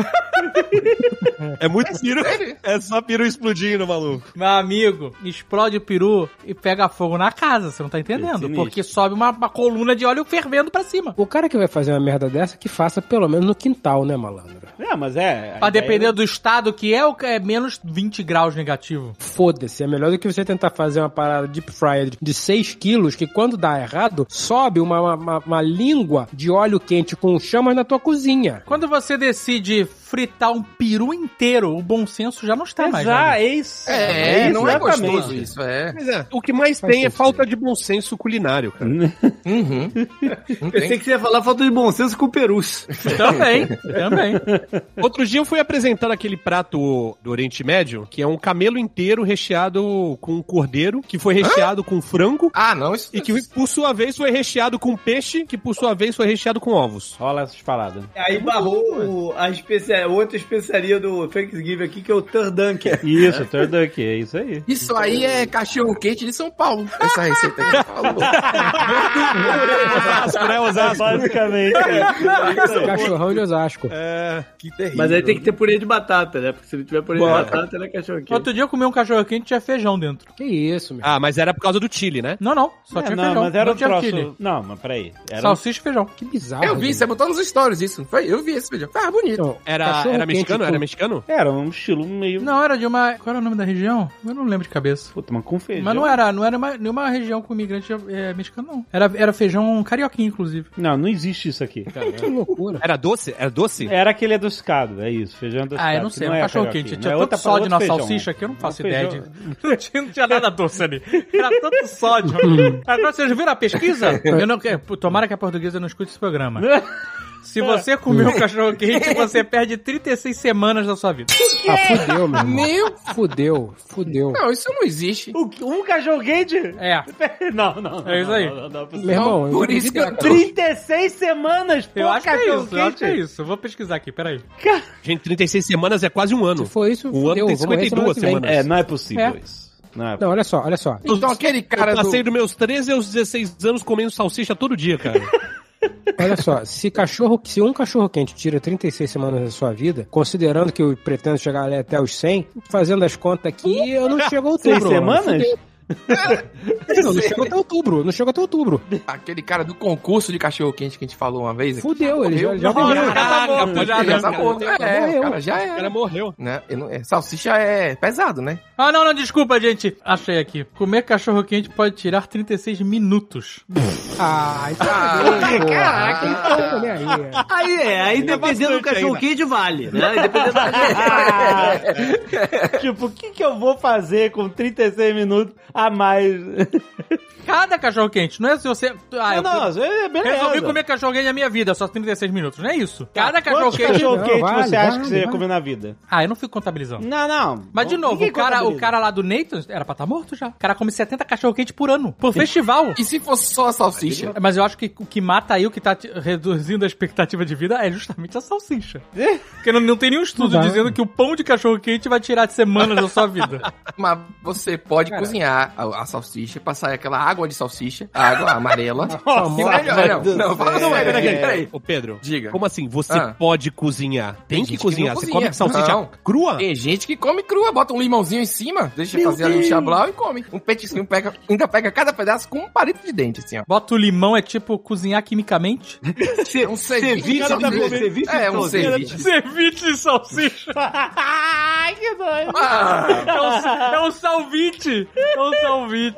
Speaker 5: É muito piru. É só piru explodindo, maluco.
Speaker 6: Meu amigo, explode o peru e pega fogo na casa, você não tá entendendo?
Speaker 2: Sinistro.
Speaker 6: Porque sobe uma, uma coluna de óleo fervendo pra cima.
Speaker 3: O cara que vai fazer uma merda dessa, que faça pelo menos no quintal, né, malandro?
Speaker 1: Não, mas é.
Speaker 6: Pra
Speaker 1: a ideia-
Speaker 6: depender do estado que é, o que é menos 20 graus negativo.
Speaker 3: Foda-se, é melhor do que você tentar fazer uma parada deep fried de 6 quilos, que quando dá errado, sobe uma, uma- uma, uma língua de óleo quente com chamas na tua cozinha.
Speaker 6: Quando você decide fritar um peru inteiro, o bom senso já não está mais. né,
Speaker 1: Exa-
Speaker 6: amigo?
Speaker 1: é isso.
Speaker 4: É, não é
Speaker 1: exatamente.
Speaker 4: gostoso isso, é.
Speaker 5: Mas é, Hum. o que mais tem é falta de bom senso culinário, cara.
Speaker 4: Uhum. Não
Speaker 2: Eu sei
Speaker 4: tem.
Speaker 2: que você ia falar falta de bom senso com o Perus.
Speaker 1: é.
Speaker 6: Também, também.
Speaker 5: Outro dia eu fui apresentar aquele prato do Oriente Médio, que é um camelo inteiro recheado com cordeiro, que foi recheado com frango.
Speaker 4: Ah, não, isso.
Speaker 5: E que, por sua vez, foi recheado com peixe, que, por sua vez, foi recheado com ovos.
Speaker 1: Rola essas paradas.
Speaker 2: Aí barrou o- a especia- outra especiaria do Thanksgiving aqui, que é o Turdunk.
Speaker 1: Isso, Turduck, é isso aí.
Speaker 4: Isso aí é cachorro quente de São Paulo. Essa receita aí. Falou.
Speaker 5: Osasco, né, Osasco?
Speaker 1: Basicamente. é
Speaker 3: Cachorrão de Osasco.
Speaker 4: Que terrível.
Speaker 2: Mas aí tem que ter purê de batata, né? Porque se não tiver purê
Speaker 4: Bora.
Speaker 2: de batata, ele é cachorro quente.
Speaker 6: Outro dia eu comi um cachorro quente e tinha feijão dentro.
Speaker 3: Que isso, meu.
Speaker 5: Ah, mas era por causa do Chile, né?
Speaker 6: Não, não, só tinha
Speaker 1: não,
Speaker 6: feijão.
Speaker 1: mas era
Speaker 6: não
Speaker 1: um
Speaker 6: tinha
Speaker 1: troço.
Speaker 6: chile.
Speaker 1: Não, mas peraí. Era um-
Speaker 6: Salsicha e feijão.
Speaker 3: Que bizarro.
Speaker 4: Eu vi,
Speaker 3: gente.
Speaker 4: você é botou nos stories isso, não foi? Eu vi esse vídeo. Ah, bonito.
Speaker 3: Então,
Speaker 5: Era,
Speaker 3: cachorro
Speaker 5: era
Speaker 3: quente
Speaker 5: mexicano?
Speaker 3: com-
Speaker 5: Era mexicano?
Speaker 1: Era um estilo meio.
Speaker 6: Não, era de uma. Qual era o nome da região? Eu não lembro de cabeça.
Speaker 1: Puta, mas com feijão.
Speaker 6: Mas não é. era, não era uma- nenhuma região com imigrante é, mexicano, não. Era, era feijão carioquinho, inclusive.
Speaker 1: Não, não existe isso aqui.
Speaker 3: Que loucura.
Speaker 5: Era doce? Era doce?
Speaker 3: É.
Speaker 1: Era aquele adocicado, é isso, feijão adocicado.
Speaker 6: Ah, eu não
Speaker 1: que
Speaker 6: sei, um
Speaker 1: é
Speaker 6: cachorro
Speaker 1: carioquinha,
Speaker 6: quente.
Speaker 1: mas
Speaker 6: Tinha
Speaker 1: é
Speaker 6: tanto
Speaker 1: outra-
Speaker 6: sódio
Speaker 1: outro
Speaker 6: na
Speaker 1: feijão.
Speaker 6: salsicha que eu não faço
Speaker 1: Um
Speaker 6: ideia de.
Speaker 1: feijão-
Speaker 6: Não tinha, não tinha nada doce ali. Era tanto sódio. Agora vocês viram a pesquisa? Eu não, quero- tomara que a portuguesa não escute esse programa. Se
Speaker 1: É.
Speaker 6: você comer um cachorro quente, você perde 36 semanas da sua vida.
Speaker 3: Ah, fudeu, meu irmão.
Speaker 4: Meu.
Speaker 3: Fudeu, fudeu.
Speaker 4: Não, isso não existe.
Speaker 1: O- Um cachorro quente?
Speaker 6: É.
Speaker 1: Não, não, não.
Speaker 6: É isso aí.
Speaker 1: não, não, não, não,
Speaker 3: Meu irmão,
Speaker 4: Por
Speaker 3: não
Speaker 4: isso que eu
Speaker 3: acredito,
Speaker 4: tô-
Speaker 1: 36 semanas por
Speaker 6: Eu acho que é
Speaker 1: cachorro
Speaker 6: isso, eu acho
Speaker 1: quente.
Speaker 6: que é isso. Eu Vou pesquisar aqui, peraí.
Speaker 5: Gente, 36 semanas é quase um ano.
Speaker 3: Se for isso,
Speaker 5: Um ano
Speaker 3: fudeu.
Speaker 5: tem
Speaker 3: Vou morrer
Speaker 5: 52
Speaker 3: semana que vem.
Speaker 5: semanas.
Speaker 1: É, não é possível
Speaker 3: É.
Speaker 1: isso. Não é
Speaker 3: Não, olha só, olha só.
Speaker 4: Então aquele cara
Speaker 5: eu
Speaker 4: do.
Speaker 5: passei dos meus 13 aos 16 anos comendo salsicha todo dia, cara.
Speaker 3: Olha só, se cachorro, se um cachorro quente tira 36 semanas da sua vida, considerando que eu pretendo chegar ali até os 100, fazendo as contas aqui, eu não chego a outubro.
Speaker 1: Seis
Speaker 3: mano.
Speaker 1: semanas?
Speaker 3: Não, não chego até outubro, não chego até outubro.
Speaker 4: Aquele cara do concurso de cachorro quente que a gente falou uma vez. aqui.
Speaker 3: Fudeu, ele já,
Speaker 4: Morreu.
Speaker 3: já
Speaker 4: Não,
Speaker 3: morreu.
Speaker 5: Caraca, pô, já
Speaker 4: Ele já
Speaker 5: deu,
Speaker 4: tá
Speaker 5: cara.
Speaker 4: morto. É,
Speaker 3: Morreu.
Speaker 4: o cara já
Speaker 5: O
Speaker 4: era.
Speaker 5: cara morreu.
Speaker 4: Né? Eu não- é, Salsicha é pesado, né?
Speaker 6: Ah, não, não, desculpa, gente. Achei aqui. Comer cachorro quente pode tirar 36 minutos.
Speaker 3: Ah, então
Speaker 4: Ah,
Speaker 3: caraca,
Speaker 4: caraca.
Speaker 3: então, né, aí.
Speaker 2: Aí é, aí dependendo do cachorro quente, vale, né? Dependendo do
Speaker 1: tipo, o que, que eu vou fazer com 36 minutos a mais?
Speaker 6: Cada cachorro quente, não é se você. Ah, eu
Speaker 1: não, não, é beleza.
Speaker 6: resolvi comer cachorro quente na minha vida, só 36 minutos, não é isso? Cada cachorro
Speaker 1: Quantos
Speaker 6: quente.
Speaker 1: cachorro quente
Speaker 3: Não, vale,
Speaker 1: você acha
Speaker 3: vale,
Speaker 1: que você ia
Speaker 3: vale.
Speaker 1: comer na vida?
Speaker 6: Ah, eu não fico contabilizando.
Speaker 1: Não, não.
Speaker 6: Mas de novo,
Speaker 1: Ninguém
Speaker 6: o cara, o
Speaker 1: contabiliza.
Speaker 6: cara lá do Nathan era pra estar morto já. O cara come 70 cachorro quente por ano, por festival.
Speaker 4: E se fosse só a salsicha?
Speaker 6: Mas eu acho que o que mata aí, o que tá te- reduzindo a expectativa de vida é justamente a salsicha. Porque não, É? não tem nenhum estudo
Speaker 3: Não dá.
Speaker 6: dizendo que o pão de cachorro quente vai tirar semanas da sua vida.
Speaker 4: Mas você pode cozinhar a, a salsicha, passar aquela água de salsicha, a água amarela.
Speaker 1: Nossa,
Speaker 4: E melhor-
Speaker 1: meu Deus
Speaker 4: não,
Speaker 1: do
Speaker 4: não, fala
Speaker 1: céu.
Speaker 4: não, é, peraí, peraí.
Speaker 5: Ô, Pedro.
Speaker 4: Diga.
Speaker 5: Como assim? Você
Speaker 4: Ah.
Speaker 5: pode cozinhar. Tem,
Speaker 4: Tem
Speaker 5: que
Speaker 4: gente que
Speaker 5: cozinhar.
Speaker 4: não
Speaker 5: Você
Speaker 4: cozinha.
Speaker 5: come salsicha
Speaker 4: Não. É,
Speaker 5: crua?
Speaker 4: Tem gente que come crua, bota um limãozinho em cima, deixa fazer ali um chablau e come. Um petisquinho pega, ainda pega cada pedaço com um palito de dente, assim, ó.
Speaker 6: Bota o limão, é tipo cozinhar quimicamente.
Speaker 4: Um ceviche,
Speaker 2: cara tá
Speaker 4: de-
Speaker 2: comendo ceviche
Speaker 4: É, um
Speaker 2: todo.
Speaker 4: ceviche.
Speaker 6: Servite de salsicha.
Speaker 1: Ai, que doido.
Speaker 4: Ah,
Speaker 6: É um, é um salvite. É um salvite.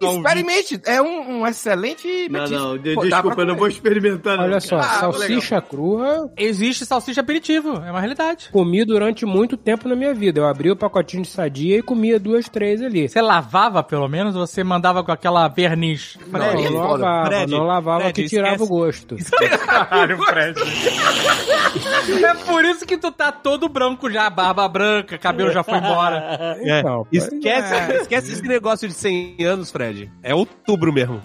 Speaker 4: experimente, é um, um excelente
Speaker 2: Não, não, de-
Speaker 4: Pô, dá
Speaker 2: desculpa,
Speaker 4: pra
Speaker 2: eu não vou
Speaker 4: comer.
Speaker 2: experimentar. não,
Speaker 3: Olha
Speaker 2: cara.
Speaker 3: só,
Speaker 4: Ah,
Speaker 3: salsicha crua,
Speaker 6: Existe salsicha aperitivo, é uma realidade.
Speaker 3: comi durante muito tempo na minha vida. Eu abri o pacotinho de sadia e comia duas, três ali.
Speaker 6: Você lavava, pelo menos, ou você mandava com aquela verniz?
Speaker 3: Não,
Speaker 4: Fred,
Speaker 3: não lavava,
Speaker 5: é Fred,
Speaker 3: não lavava
Speaker 5: Fred,
Speaker 3: que tirava
Speaker 5: esquece.
Speaker 3: o gosto.
Speaker 6: É por isso que tu tá todo branco já, barba branca, cabelo já foi embora.
Speaker 5: É.
Speaker 4: então,
Speaker 3: Não,
Speaker 5: Esquece, esquece esse negócio de 100 anos, Fred. É outubro mesmo.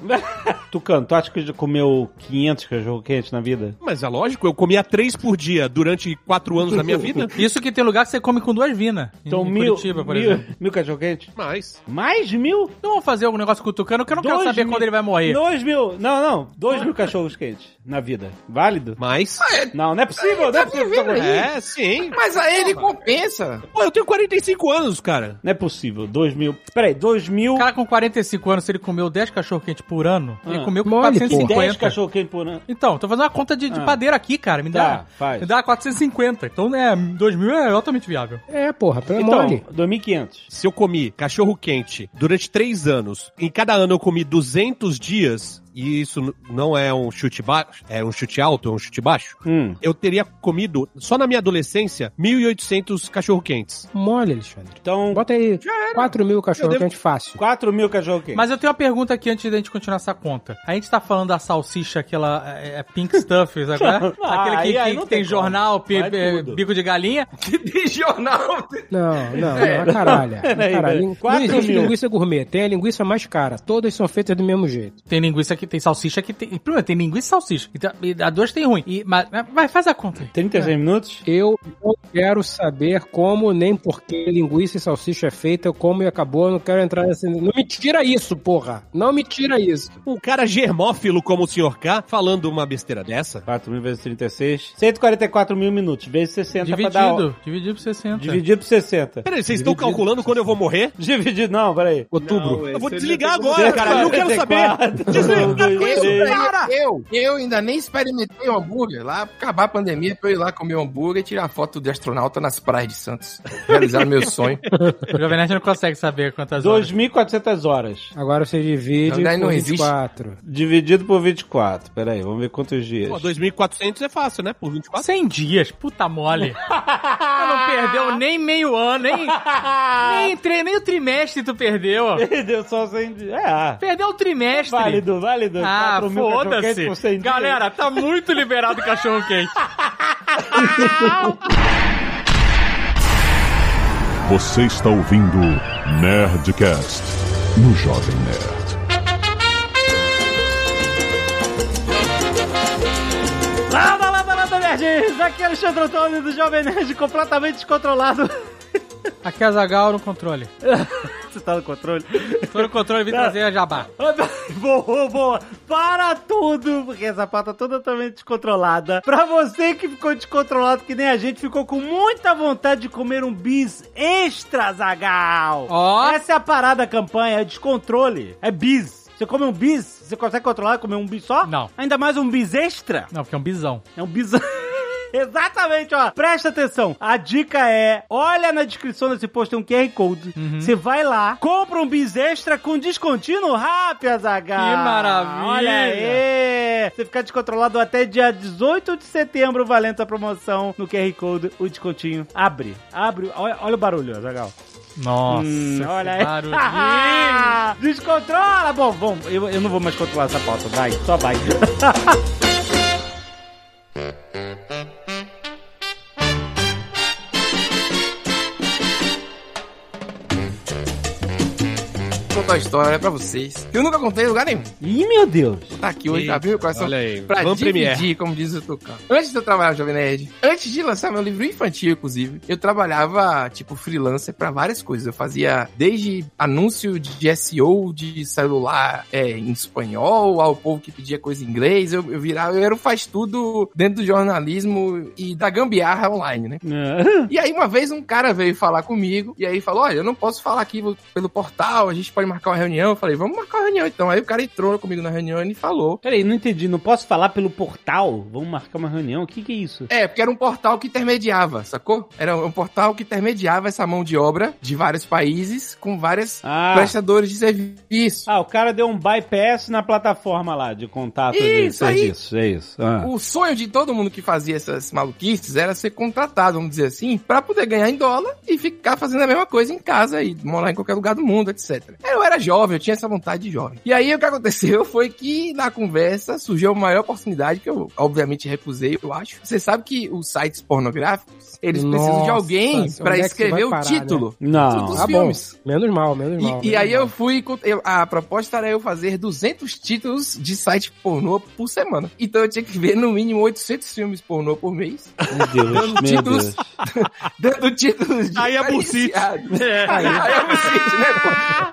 Speaker 1: Tucano, tu acha que já comeu 500 cachorro quente na vida?
Speaker 5: Mas é lógico, eu comia três por dia durante quatro anos da minha vida.
Speaker 6: Isso que tem lugar que você come com duas vinas. em-
Speaker 1: Então,
Speaker 6: em
Speaker 1: mil,
Speaker 6: Curitiba, por
Speaker 1: mil,
Speaker 6: exemplo.
Speaker 1: mil cachorro quente?
Speaker 5: Mas.
Speaker 1: Mais mil?
Speaker 6: Não vou fazer algum negócio com o Tucano que eu não quero
Speaker 1: Dois
Speaker 6: saber
Speaker 1: mil-
Speaker 6: quando ele vai morrer.
Speaker 1: Dois mil. Não, não. Dois mil cachorros quentes na vida. Válido?
Speaker 5: Mas.
Speaker 1: Não, não é possível. Não é possível.
Speaker 4: vivendo aí.
Speaker 5: É, sim.
Speaker 4: Mas aí ele compensa.
Speaker 5: Pô, eu tenho 45 anos, cara.
Speaker 1: Não é possível. Dois mil. Peraí, dois mil.
Speaker 6: O cara com 45 anos, se ele comeu 10 cachorro-quente por ano, ele
Speaker 1: Ah.
Speaker 6: comeu
Speaker 3: Mole, porra.
Speaker 1: 10
Speaker 6: 450.
Speaker 1: cachorro quente por ano.
Speaker 6: Então, tô fazendo uma conta de, de
Speaker 1: Ah.
Speaker 6: padeiro aqui, cara. Me
Speaker 1: Tá,
Speaker 6: dá,
Speaker 1: faz.
Speaker 6: me dá 450. Então, é, 2 mil é altamente viável.
Speaker 3: É, porra, pelo
Speaker 1: Então,
Speaker 3: mole.
Speaker 1: 2.500.
Speaker 5: Se eu comi cachorro quente durante três anos, em cada ano eu comi 200 dias, e isso n- não é um chute baixo, é um chute alto, é um chute baixo,
Speaker 1: Hum.
Speaker 5: eu teria comido, só na minha adolescência, 1.800 cachorro-quentes.
Speaker 3: Mole, Alexandre.
Speaker 1: Então,
Speaker 3: Bota aí 4 mil cachorro quente fácil.
Speaker 1: 4 mil cachorro quente.
Speaker 6: Mas eu tenho uma pergunta aqui antes da gente continuar essa conta. A gente tá falando da salsicha, aquela é, é, pink stuff, sabe? qual é?
Speaker 1: Ah,
Speaker 6: Aquele
Speaker 1: aí-
Speaker 6: que,
Speaker 1: aí
Speaker 6: que
Speaker 1: não
Speaker 6: tem
Speaker 1: tem
Speaker 6: jornal,
Speaker 1: como.
Speaker 6: pi-
Speaker 1: Vai
Speaker 6: eh,
Speaker 1: tudo.
Speaker 6: bico de galinha.
Speaker 4: De jornal.
Speaker 3: Não, não, não, a caralho. A
Speaker 1: Peraí,
Speaker 3: caralho.
Speaker 1: peraí.
Speaker 3: Não
Speaker 1: Quatro
Speaker 3: existe
Speaker 1: mil.
Speaker 3: linguiça gourmet, tem a linguiça mais cara. Todas são feitas do mesmo jeito.
Speaker 6: Tem linguiça que tem salsicha que tem. Primeiro, tem linguiça e salsicha. E tá- E a duas tem ruim. E, mas, mas- vai, faz a conta aí.
Speaker 1: 36 minutos?
Speaker 3: Eu não quero saber como nem por que linguiça e salsicha é feita, eu como e acabou, eu não quero entrar nesse. Não me tira isso, porra! Não me tira isso.
Speaker 5: Um cara germófilo como o Sr. K falando uma besteira dessa?
Speaker 1: 4 mil vezes 36. 144 mil minutos, vezes 60 pra dar...
Speaker 6: Dividido. Dividido por 60.
Speaker 1: Dividido por 60.
Speaker 5: Peraí, vocês estão calculando quando eu vou morrer?
Speaker 1: Dividido, não, peraí.
Speaker 3: Outubro.
Speaker 5: Eu vou desligar agora, cara. Eu não quero saber. tá
Speaker 1: 144, um, dois,
Speaker 4: Eu,
Speaker 1: três.
Speaker 4: cara, eu, eu ainda nem experimentei o hambúrguer lá. Acabar a pandemia pra eu ir lá comer um hambúrguer e tirar foto de astronauta nas praias de Santos. Realizar meu sonho.
Speaker 6: O Jovem Nerd não consegue saber quantas horas.
Speaker 1: 2.400 horas.
Speaker 3: Agora você divide
Speaker 4: Não, daí não
Speaker 3: por
Speaker 4: existe.
Speaker 3: 24.
Speaker 1: Dividido por 24. Peraí, vamos ver quantos dias.
Speaker 5: Pô, 2.400 é fácil, né? Por 24.
Speaker 6: 100 dias, puta mole. Tu não perdeu nem meio ano, nem, nem, tre- nem o trimestre tu perdeu.
Speaker 1: Perdeu só 100 dias. É, ah,
Speaker 6: Perdeu o trimestre.
Speaker 1: válido, válido.
Speaker 6: Ah,
Speaker 1: 4 mil cachorro-quente
Speaker 6: foda-se.
Speaker 1: por 100 dias.
Speaker 6: Galera, tá muito liberado o cachorro quente.
Speaker 7: Você está ouvindo Nerdcast no Jovem Nerd.
Speaker 1: Landa, landa, landa, nerds! Aqui é Alexandre Antônio do Jovem Nerd completamente descontrolado.
Speaker 6: Aqui é a Zagal no controle.
Speaker 1: Você tá no controle? Ah, tá.
Speaker 6: Tô no controle, vim trazer a jabá.
Speaker 1: boa, boa. Para tudo, porque essa pauta toda totalmente descontrolada. Pra você que ficou descontrolado, que nem a gente, ficou com muita vontade de comer um bis extra, Zagal.
Speaker 6: Ó.
Speaker 1: Essa é a parada da campanha, é descontrole. É bis. Você come um bis, você consegue controlar comer um bis só?
Speaker 6: Não.
Speaker 1: Ainda mais um bis extra?
Speaker 6: Não, porque é um bisão.
Speaker 1: É um bizarro. Exatamente, ó. Presta atenção. A dica é: olha na descrição desse post, tem um QR Code.
Speaker 6: Uhum.
Speaker 1: Você vai lá, compra um bis extra com descontínuo rápido, Azaghal.
Speaker 6: Que maravilha.
Speaker 1: Olha aí. Você fica descontrolado até dia 18 de setembro, valendo a promoção no QR Code. O descontinho abre. Abre. Olha, olha o barulho, Azaghal.
Speaker 6: Nossa,
Speaker 1: Hum,
Speaker 6: esse
Speaker 1: olha aí.
Speaker 6: barulhinho.
Speaker 1: Descontrola! Bom, bom, eu, eu não vou mais controlar essa pauta. Vai, só vai.
Speaker 4: Vou contar uma história pra vocês. Que eu nunca contei em lugar nenhum.
Speaker 1: Ih, meu Deus.
Speaker 4: Tá aqui hoje, tá abrindo o coração.
Speaker 5: Olha aí,
Speaker 4: Pra
Speaker 5: Van
Speaker 4: dividir,
Speaker 5: Premier.
Speaker 4: como diz o Tucano. Antes de eu trabalhar no Jovem Nerd, antes de lançar meu livro infantil, inclusive, eu trabalhava, tipo, freelancer pra várias coisas. Eu fazia desde anúncio de SEO de celular é, em espanhol, ao povo que pedia coisa em inglês. Eu, eu virava, eu era o faz-tudo dentro do jornalismo e da gambiarra online, né? E aí uma vez um cara veio falar comigo e aí falou: "Olha, eu não posso falar aqui pelo portal, a gente pode marcar uma reunião". Eu falei: "Vamos marcar uma reunião então". Aí o cara entrou comigo na reunião e falou:
Speaker 1: Peraí, não entendi. Não posso falar pelo portal? Vamos marcar uma reunião? O que, que é isso?
Speaker 4: É, porque era um portal que intermediava, sacou? Era um portal que intermediava essa mão de obra de vários países com vários
Speaker 1: Ah,
Speaker 4: prestadores de serviço.
Speaker 1: ah, o cara deu um bypass na plataforma lá de contato de
Speaker 4: Isso aí.
Speaker 1: serviço. É isso. Ah.
Speaker 4: O sonho de todo mundo que fazia essas maluquices era ser contratado, vamos dizer assim, pra poder ganhar em dólar e ficar fazendo a mesma coisa em casa e morar em qualquer lugar do mundo, etc. Eu era era jovem, eu tinha essa vontade de jovem. E aí o que aconteceu foi que na conversa surgiu a maior oportunidade que eu, obviamente, recusei, eu acho. Você sabe que os sites pornográficos, eles precisam de
Speaker 3: Nossa,
Speaker 4: alguém
Speaker 3: onde é
Speaker 4: pra
Speaker 3: que você
Speaker 4: escrever
Speaker 3: vai
Speaker 4: o
Speaker 3: parar,
Speaker 4: título.
Speaker 1: Não.
Speaker 4: Os
Speaker 3: Ah, bom.
Speaker 4: filmes.
Speaker 3: Menos mal, menos
Speaker 4: E-
Speaker 3: mal.
Speaker 4: E,
Speaker 3: menos
Speaker 4: aí
Speaker 3: mal.
Speaker 4: eu fui. com- eu- a proposta era eu fazer 200 títulos de site pornô por semana. Então eu tinha que ver no mínimo 800 filmes pornô por mês.
Speaker 2: Meu Deus,
Speaker 4: Dando
Speaker 2: meu
Speaker 4: títulos.
Speaker 2: Deus.
Speaker 4: Dando títulos de.
Speaker 5: Aí é bucite.
Speaker 4: Aí, aí é bucite, né, pô?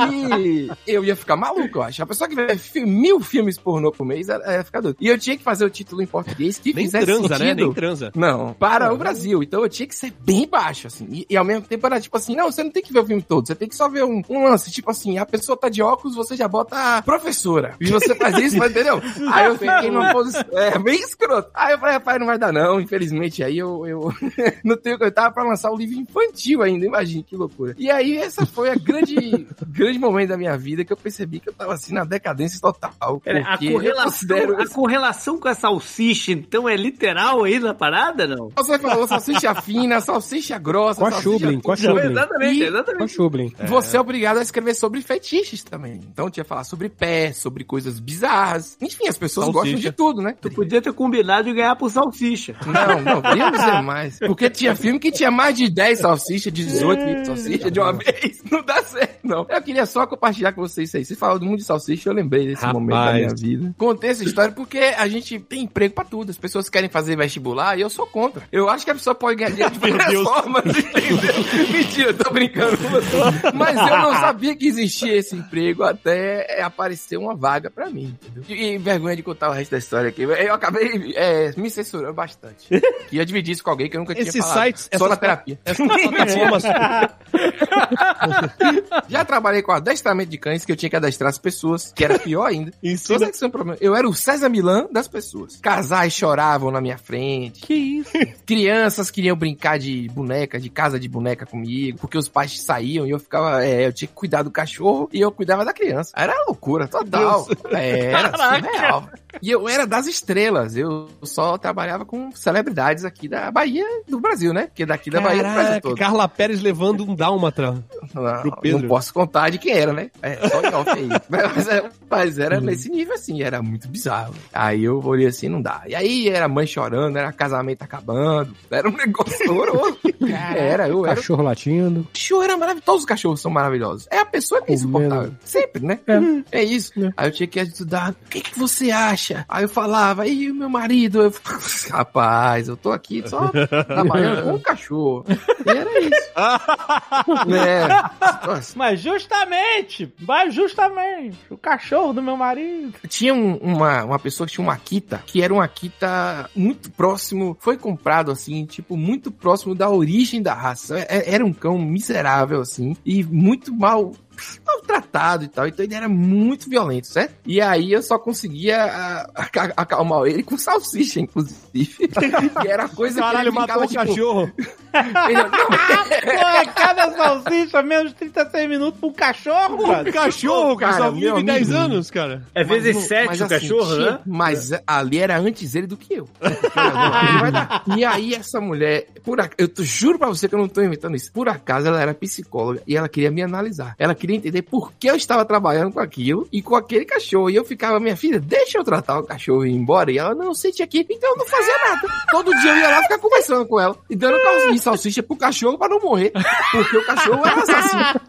Speaker 4: Aí eu ia ficar maluco, eu acho. A pessoa que vê fi- mil filmes pornô por mês ela- ela ia ficar doida. E eu tinha que fazer o título em português que
Speaker 5: Nem
Speaker 4: fizesse
Speaker 5: transa, né?
Speaker 4: sentido.
Speaker 5: Nem transa.
Speaker 4: Não, para o Brasil. Então eu tinha que ser bem baixo, assim. E, e ao mesmo tempo era tipo assim: não, você não tem que ver o filme todo, você tem que só ver um, um lance. Tipo assim, a pessoa tá de óculos, você já bota a professora. E você faz isso, mas, entendeu? Aí eu fiquei numa posição. É, bem escroto. Aí eu falei: rapaz, não vai dar não, infelizmente. Aí eu, eu não tenho o que eu tava pra lançar o livro infantil ainda, imagina que loucura. E aí essa foi a grande, grande momento da minha vida que eu percebi que eu tava assim na decadência total.
Speaker 2: Pera, a,
Speaker 4: porque eu
Speaker 2: correlação,
Speaker 4: considero-
Speaker 2: a correlação com a salsicha, então, é literal aí na parada, não?
Speaker 4: Você falou salsicha fina, salsicha grossa,
Speaker 3: Com a
Speaker 4: salsicha
Speaker 3: Chublin,
Speaker 2: Tá
Speaker 3: com a Chublin.
Speaker 2: Exatamente,
Speaker 4: E-
Speaker 2: exatamente.
Speaker 3: Com a Chublin.
Speaker 4: Você é obrigado a escrever sobre fetiches também. Então tinha que falar sobre pé, sobre coisas bizarras. Enfim, as pessoas
Speaker 5: Salsicha.
Speaker 4: gostam de tudo, né?
Speaker 2: Tu podia ter combinado e ganhar por salsicha.
Speaker 4: Não, não, Deus é mais. Porque tinha filme que tinha mais de 10 salsichas,
Speaker 3: Hum.
Speaker 4: 18 salsichas
Speaker 5: Tá
Speaker 4: de uma vez. Não dá certo, não. Eu queria só compartilhar com vocês isso aí. Você falou do mundo de salsicha, eu lembrei desse
Speaker 5: Rapaz.
Speaker 4: momento da minha vida. Contei essa história porque a gente tem emprego pra tudo. As pessoas querem fazer vestibular e eu sou contra. Eu acho que a pessoa pode ganhar dinheiro de várias
Speaker 5: Deus.
Speaker 4: formas. entendeu? Mentira, eu tô brincando com você. Mas eu não sabia que existia esse emprego até aparecer uma vaga pra mim, entendeu? E, e vergonha de contar o resto da história aqui. Eu acabei é, me censurando bastante. Que ia dividir isso com alguém que eu nunca tinha
Speaker 5: Esses
Speaker 4: falado.
Speaker 5: sites-
Speaker 4: Só
Speaker 5: essas
Speaker 4: na terapia.
Speaker 5: é
Speaker 4: É.
Speaker 5: Plataformas-
Speaker 4: Já trabalhei com adestramento de cães, que eu tinha que adestrar as pessoas, que era pior ainda. Só
Speaker 5: Ensina
Speaker 4: sei que isso é um problema. Eu era o César Milan das pessoas. Casais choravam na minha frente.
Speaker 6: Que isso?
Speaker 4: Crianças queriam brincar de boneca, de casa de boneca comigo, porque os pais saíam e eu ficava, é, eu tinha que cuidar do cachorro e eu cuidava da criança. Era uma loucura total. É, era surreal. E eu era das estrelas, eu só trabalhava com celebridades aqui da Bahia, do Brasil, né? Porque daqui da Bahia é o Brasil
Speaker 5: Caraca,
Speaker 4: todo.
Speaker 5: Carla Pérez levando um dálmatra.
Speaker 4: Não,
Speaker 5: pro Pedro.
Speaker 4: não posso contar de quem era, né? É, só em off aí. mas, é, mas era nesse nível, assim, era muito bizarro. Aí eu olhei assim, não dá. E aí era mãe chorando, era casamento acabando, era um negócio horroroso. era, eu era.
Speaker 3: Cachorro latindo.
Speaker 4: O cachorro era maravilhoso, todos os cachorros são maravilhosos. É a pessoa que é insuportável. Sempre, né? É, isso.
Speaker 3: É.
Speaker 4: Aí eu tinha que ajudar. O que, que você acha? Aí eu falava, e o meu marido? Eu, Rapaz, eu tô aqui só trabalhando com o cachorro. E era isso. é. Nossa.
Speaker 1: Mas justamente, mas justamente, o cachorro do meu marido.
Speaker 4: Tinha um- uma, uma pessoa que tinha uma Akita, que era um Akita muito próximo, foi comprado assim, tipo, muito próximo da origem da raça. É- Era um cão miserável, assim, e muito mal maltratado e tal, então ele era muito violento, certo? E aí eu só conseguia ah, aca- acalmar ele com salsicha, inclusive. E era a coisa
Speaker 5: Caralho,
Speaker 4: que ele
Speaker 5: matou
Speaker 4: ficava,
Speaker 5: o
Speaker 4: tipo...
Speaker 5: cachorro.
Speaker 4: ele- não,
Speaker 1: Porra, cada salsicha, menos 36 minutos pro cachorro,
Speaker 5: O
Speaker 1: brother.
Speaker 5: cachorro que
Speaker 4: Cara,
Speaker 5: só
Speaker 4: meu
Speaker 5: vive 10
Speaker 4: amigo.
Speaker 5: anos, cara.
Speaker 2: É
Speaker 4: Mas
Speaker 2: vezes
Speaker 4: não-
Speaker 2: sete
Speaker 4: mas
Speaker 2: o
Speaker 4: assim,
Speaker 2: cachorro,
Speaker 4: tinha-
Speaker 2: né?
Speaker 4: Mas ali era antes ele do que eu. Não vai dar. e aí essa mulher, por ac... eu tô- juro pra você que eu não tô inventando isso. Por acaso ela era psicóloga e ela queria me analisar. Ela queria entender por que eu estava trabalhando com aquilo e com aquele cachorro. E eu ficava, minha filha, deixa eu tratar o cachorro e ir embora. E ela, não, sente aqui. Então eu não fazia nada. Todo dia eu ia lá ficar conversando com ela e dando calcinha e salsicha pro cachorro pra não morrer. Porque o cachorro era assassino.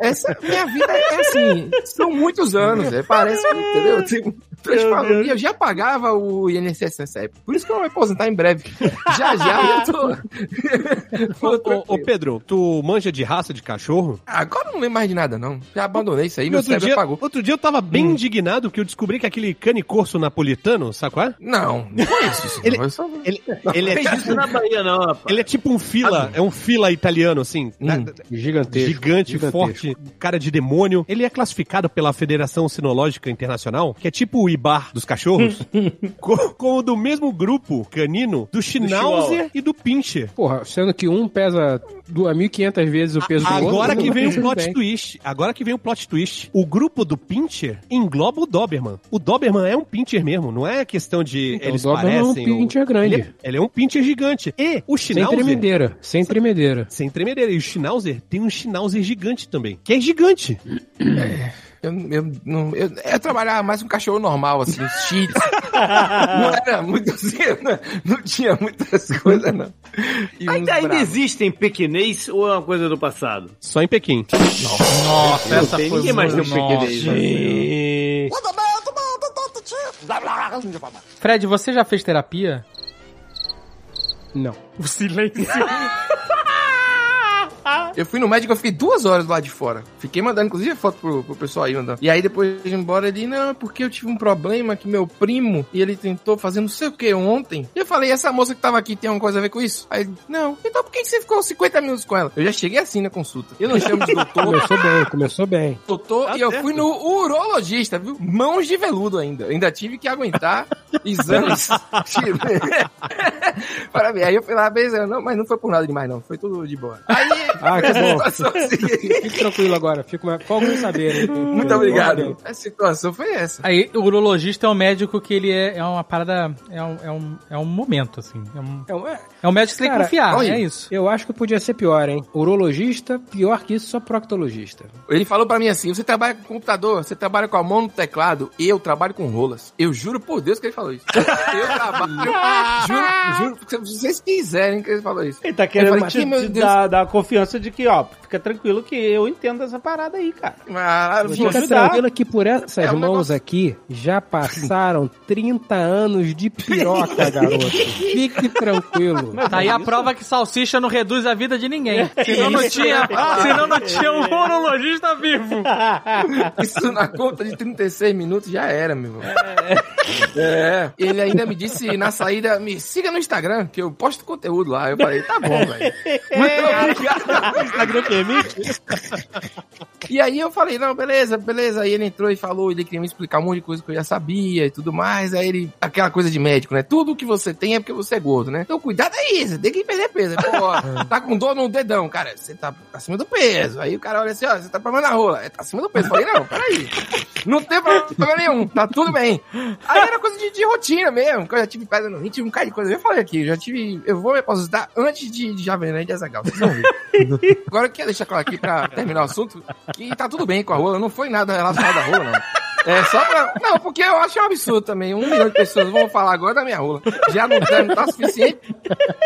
Speaker 4: Essa minha vida é assim. São muitos anos, é, parece, que, entendeu? Eu, tenho- transformo- eu já pagava o INSS nessa época. Por isso que eu vou me aposentar em breve. Já, já, eu tô.
Speaker 5: Ô,
Speaker 4: tô
Speaker 5: ô, ô,
Speaker 4: É tranquilo.
Speaker 5: Pedro, tu manja de raça de cachorro?
Speaker 4: Agora eu não lembro mais de nada, não. Já abandonei isso aí, meu
Speaker 5: outro,
Speaker 4: cérebro
Speaker 5: dia,
Speaker 4: apagou.
Speaker 5: outro dia eu tava bem indignado porque eu descobri que aquele cane corso napolitano, sabe qual é?
Speaker 4: Não, não conheço isso.
Speaker 5: Ele-
Speaker 4: não. Eu só-
Speaker 5: Ele, ele é,
Speaker 2: Fez isso na Bahia, não, rapaz.
Speaker 5: ele é tipo um fila, é um fila italiano, assim.
Speaker 4: Hum.
Speaker 5: né?
Speaker 3: Gigantesco.
Speaker 5: Gigante,
Speaker 3: Gigantesco.
Speaker 5: forte, cara de demônio. Ele é classificado pela Federação Sinológica Internacional, que é tipo o Cuibar dos cachorros co- com o do mesmo grupo canino do Schnauzer e do Pinscher.
Speaker 3: Porra, sendo que um pesa 2.500 vezes o peso do outro.
Speaker 5: Agora que vem o
Speaker 3: tudo
Speaker 5: plot
Speaker 3: bem.
Speaker 5: twist. Agora que vem o plot twist. O grupo do Pinscher engloba o Doberman. O Doberman é um Pinscher mesmo, não é questão de
Speaker 3: Então,
Speaker 5: eles
Speaker 3: o Doberman é um
Speaker 5: parecem.
Speaker 3: Pinscher grande.
Speaker 5: Ele é, ele é um Pinscher gigante. E o
Speaker 3: Sem
Speaker 5: Schnauzer
Speaker 3: tremedeira, sem tremedeira.
Speaker 5: sem tremedeira. E o Schnauzer tem um Schnauzer gigante também. Que é gigante.
Speaker 4: Eu, eu, não, eu, eu trabalhava mais um cachorro normal, assim, os cheats. não era muito assim, não, não tinha muitas coisas, não. E uns
Speaker 5: é
Speaker 2: Ainda, ainda
Speaker 4: bravos.
Speaker 2: existem pequenês ou é uma coisa do passado?
Speaker 5: Só em Pequim.
Speaker 6: Nossa, essa foi
Speaker 2: tem ninguém mais tem um
Speaker 6: muito- Nossa.
Speaker 2: pequenês. né?
Speaker 6: Fred, você já fez terapia?
Speaker 3: Não.
Speaker 6: O silêncio.
Speaker 4: Eu fui no médico, eu fiquei duas horas lá de fora. Fiquei mandando, inclusive, foto pro, pro pessoal aí mandando. E aí, depois de ir embora, ele, não, porque eu tive um problema que meu primo, e ele tentou fazer não sei o que ontem. E eu falei, essa moça que tava aqui tem alguma coisa a ver com isso? Aí, ele, não. Então por que que você ficou 50 minutos com ela? Eu já cheguei assim na consulta. Eu não chamo de doutor,
Speaker 3: Começou bem, começou bem.
Speaker 4: doutor,
Speaker 3: Tá
Speaker 4: e eu fui no urologista, viu? Mãos de veludo ainda. Eu ainda tive que aguentar exames. Para mim. Aí eu fui lá, beleza, não, mas não foi por nada demais, não. Foi tudo de boa. Aí, assim.
Speaker 3: Ah, que bom.
Speaker 4: a situação seguinte.
Speaker 3: Fique tranquilo agora. Fico mais... Qual que eu saber? né?
Speaker 4: Muito
Speaker 3: Eu-
Speaker 4: obrigado. A situação foi essa.
Speaker 6: Aí, o urologista é um médico que ele é, é uma parada. É um, é, um, é um momento, assim. É um,
Speaker 3: Então, é,
Speaker 6: é um médico que você tem que
Speaker 3: Cara,
Speaker 6: confiar,
Speaker 4: olha.
Speaker 6: é isso.
Speaker 3: Eu acho que podia ser pior, hein? Urologista, pior que isso, só proctologista.
Speaker 4: Ele falou pra mim assim: você trabalha com computador, você trabalha com a mão no teclado, eu trabalho com rolas. Eu juro por Deus que ele falou isso. Eu trabalho. juro, juro, porque se vocês quiserem que ele falou isso.
Speaker 1: Ele tá querendo
Speaker 4: falei,
Speaker 1: te,
Speaker 4: "Ih, meu
Speaker 1: te
Speaker 4: Deus."
Speaker 1: dar, dar a confiança de que, ó, fica tranquilo que eu entendo essa parada aí, cara.
Speaker 4: Mas,
Speaker 1: Vou te
Speaker 3: Fica
Speaker 1: ajudar.
Speaker 3: tranquilo que por essas
Speaker 4: É um
Speaker 3: mãos
Speaker 4: negócio-
Speaker 3: aqui já passaram 30 anos de piroca, garoto. Fique tranquilo.
Speaker 6: Tá aí a prova que salsicha não reduz a vida de ninguém. Senão não
Speaker 4: isso.
Speaker 6: tinha, senão não tinha um urologista vivo.
Speaker 4: isso na conta de 36 minutos já era, meu irmão. É. Ele ainda me disse na saída: me siga no Instagram, que eu posto conteúdo lá. Eu falei: tá bom, velho. Muito obrigado.
Speaker 5: O Instagram permite?
Speaker 4: E aí eu falei, não, beleza, beleza. Aí ele entrou e falou, ele queria me explicar um monte de coisa que eu já sabia e tudo mais. Aí ele, aquela coisa de médico, né? Tudo que você tem é porque você é gordo, né? Então cuidado aí, você tem que perder peso. Aí, Pô, ó, tá com dor no dedão, cara, você tá acima do peso. Aí o cara olha assim, ó, você tá problema na rola, é, tá acima do peso. Eu falei, não, peraí. Não tem problema nenhum, tá tudo bem. Aí era coisa de, de rotina mesmo, que eu já tive pedra no rim, tive um cara de coisa. Eu falei aqui, eu já tive, eu vou me aposentar antes de, de Jovem Nerd e Azaghal, vocês vão ver. Agora eu quero deixar claro aqui pra terminar o assunto que tá tudo bem com a rola, não foi nada relacionado à rola, não. É só pra. Não, porque eu acho um absurdo também. Um milhão de pessoas vão falar agora da minha rola. Já não tá, não tá suficiente.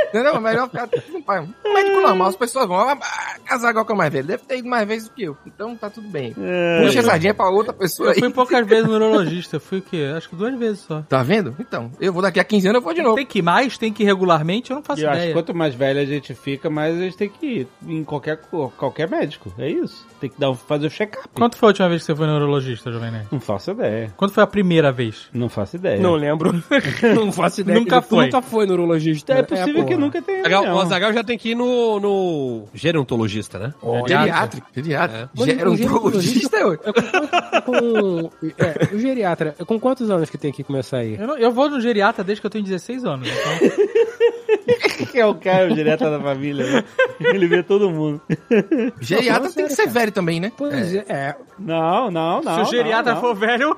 Speaker 4: Entendeu? Melhor ficar. Não, pai, um médico normal, as pessoas vão. Ah, casar igual que é mais velho. Deve ter ido mais vezes do que eu. Então tá tudo bem. Puxa essa sardinha pra outra pessoa
Speaker 6: Eu fui
Speaker 4: aí.
Speaker 6: poucas vezes no urologista. Eu Fui o quê? Acho que duas vezes só.
Speaker 4: Tá vendo? Então, eu vou daqui a 15 anos, eu vou de novo.
Speaker 6: Tem que ir mais? Tem que ir regularmente? Eu não faço
Speaker 1: E eu acho que
Speaker 6: ideia.
Speaker 1: quanto mais velho a gente fica, mais a gente tem que ir em qualquer, co- qualquer médico. É isso. Tem que dar, um- fazer o check-up.
Speaker 6: Quanto foi a última vez que você foi no urologista, Jovem Nerd?
Speaker 1: Não faço ideia.
Speaker 6: Quanto foi a primeira vez?
Speaker 1: Não faço ideia.
Speaker 5: Não lembro.
Speaker 3: Não faço ideia.
Speaker 6: Nunca
Speaker 3: Tu
Speaker 6: foi.
Speaker 3: Nunca foi no urologista.
Speaker 1: é possível
Speaker 3: porra.
Speaker 1: que nunca tenha.
Speaker 5: O
Speaker 1: Não.
Speaker 5: Azagal já tem que ir no, no gerontologista, né?
Speaker 4: Geriátrico, geriátrico.
Speaker 3: Mas
Speaker 4: Gerontologista é hoje.
Speaker 3: É com, com- é, o geriatra, é com quantos anos que tem que começar aí?
Speaker 6: Eu, não- eu vou no geriatra desde que eu tenho 16 anos. Então,
Speaker 1: que é o cara o direto da família. né? Ele vê todo mundo.
Speaker 4: Geriatra tem que ser velho também, né?
Speaker 3: Pois é, é,
Speaker 1: Não, não, não.
Speaker 6: se o geriatra
Speaker 1: não, não.
Speaker 6: for velho,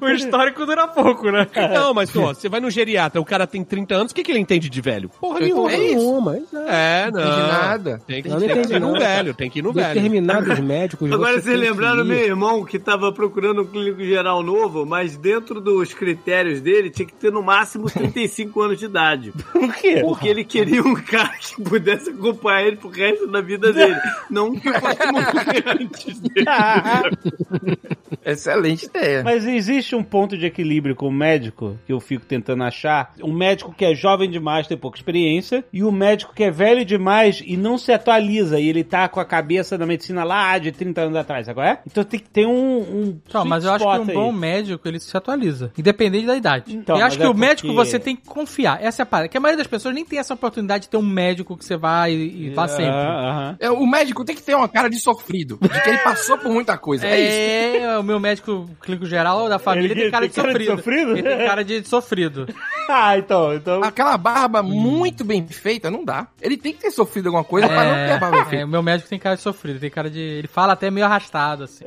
Speaker 6: o histórico dura pouco, né?
Speaker 3: É.
Speaker 5: Não, mas ó, você vai no geriatra, o cara tem 30 anos, o que, que ele entende de velho? Porra
Speaker 4: Então
Speaker 5: nenhuma.
Speaker 4: é isso.
Speaker 3: nenhuma. exato.
Speaker 5: É, não.
Speaker 4: Não entendi nada.
Speaker 5: Tem que,
Speaker 3: Eu não
Speaker 5: tem que
Speaker 3: entendi
Speaker 5: ir no
Speaker 3: nada.
Speaker 5: velho, tem que ir no velho.
Speaker 3: Determinados médicos.
Speaker 2: Agora
Speaker 3: você
Speaker 2: vocês
Speaker 3: tem
Speaker 2: lembraram
Speaker 3: que ir.
Speaker 2: meu irmão que tava procurando um clínico geral novo, mas dentro dos critérios dele tinha que ter no máximo 35 anos de idade.
Speaker 1: Por quê?
Speaker 2: Porque ele queria um cara que pudesse acompanhar ele pro resto da vida dele. Não que fosse morrer antes dele.
Speaker 1: Ah,
Speaker 4: Excelente ideia.
Speaker 1: Mas existe um ponto de equilíbrio com o médico que eu fico tentando achar. Um médico que é jovem demais, tem pouca experiência, e um médico que é velho demais e não se atualiza. E ele tá com a cabeça da medicina lá de 30 anos atrás, sabe qual é? Então tem que ter um. um
Speaker 6: Não, mas eu acho
Speaker 1: sweet
Speaker 6: que um
Speaker 1: spot aí.
Speaker 6: bom médico, ele se atualiza, independente da idade.
Speaker 1: Então,
Speaker 6: eu
Speaker 1: mas
Speaker 6: acho que
Speaker 1: é
Speaker 6: o médico
Speaker 1: porque-
Speaker 6: você tem que confiar. Essa é a parada. Que a maioria das pessoas nem tem essa oportunidade de ter um médico que você vai e, e tá sempre.
Speaker 1: Ah, aham.
Speaker 4: É, o médico tem que ter uma cara de sofrido, de que ele passou por muita coisa. É, isso.
Speaker 6: É, o meu no médico clínico geral da família
Speaker 1: Ele
Speaker 6: tem cara,
Speaker 1: tem cara de
Speaker 6: de sofrido.
Speaker 1: sofrido?
Speaker 6: Ele tem cara de sofrido.
Speaker 1: Ah, então, então.
Speaker 4: Aquela barba muito bem feita, não dá. Ele tem que ter sofrido alguma coisa pra não ter a barba
Speaker 6: É,
Speaker 4: feita.
Speaker 6: é, o meu médico tem cara de sofrido, tem cara de. Ele fala até meio arrastado, assim.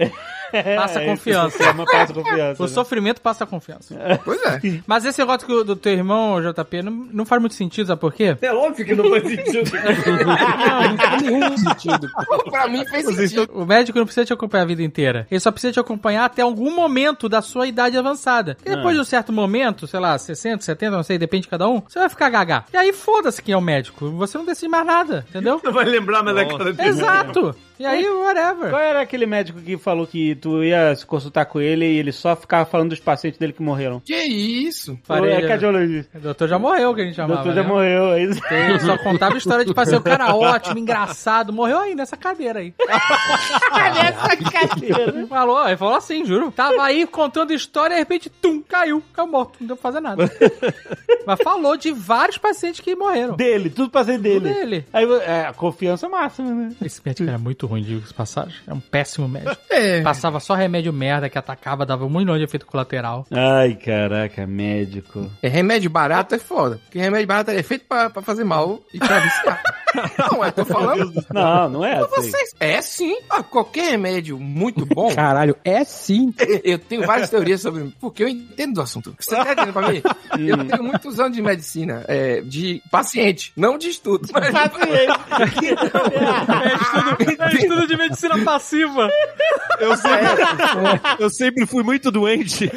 Speaker 1: É,
Speaker 6: Passa confiança.
Speaker 1: Uma passa confiança.
Speaker 6: O
Speaker 1: né?
Speaker 6: sofrimento passa confiança.
Speaker 4: Pois é.
Speaker 6: Mas esse negócio que o- do teu irmão, JP, não, não faz muito sentido, sabe por quê?
Speaker 2: É óbvio que não faz sentido.
Speaker 3: Ah, Não, não tem nenhum sentido.
Speaker 4: pra mim fez sentido.
Speaker 6: O médico não precisa te acompanhar a vida inteira. Ele só precisa te acompanhar até algum momento da sua idade avançada. E depois de um certo momento, sei lá, 60, 70, não sei, depende de cada um, você vai ficar gaga. E aí foda-se quem é o médico. Você não decide mais nada, entendeu?
Speaker 2: Não vai lembrar mais da cara dele.
Speaker 6: Exato. E aí, whatever.
Speaker 1: Qual era aquele médico que falou que tu ia se consultar com ele e ele só ficava falando dos pacientes dele que morreram?
Speaker 4: Que isso?
Speaker 6: Tipo, Parei,
Speaker 1: É
Speaker 6: né?
Speaker 1: cardiologista.
Speaker 6: O doutor já morreu, que a gente
Speaker 1: O
Speaker 6: chamava.
Speaker 1: doutor já
Speaker 6: né?
Speaker 1: morreu, é isso.
Speaker 6: Ele só contava história de passeio. O cara ótimo, engraçado, morreu aí nessa cadeira aí.
Speaker 1: Nessa cadeira.
Speaker 6: Ele falou, ele falou assim, juro. Tava aí contando história e de repente, tum, caiu, caiu morto, não deu pra fazer nada. Mas falou de vários pacientes que morreram.
Speaker 1: Dele, tudo paciente
Speaker 6: Tudo
Speaker 1: dele.
Speaker 6: Dele.
Speaker 1: Aí, é, a confiança máxima, né?
Speaker 6: Esse médico era muito ruim, digo de passagem. Era um péssimo médico.
Speaker 4: É.
Speaker 6: Passava só remédio merda que atacava, dava um milhão de efeito colateral.
Speaker 1: Ai, caraca, médico.
Speaker 4: É, remédio barato é foda. Porque remédio barato é feito pra, pra fazer mal e pra viciar. não, eu tô falando.
Speaker 1: Não, não é assim.
Speaker 4: Vocês. É sim. Ah, qualquer remédio muito bom.
Speaker 3: Caralho, é sim.
Speaker 4: Eu tenho várias teorias sobre. Porque eu entendo do assunto. Você tá entendendo pra mim? Eu tenho muitos anos de medicina, é, de paciente, não de estudo. Mas...
Speaker 6: É estudo, é estudo de medicina passiva.
Speaker 5: Eu sempre, Ah, eu sempre fui muito doente.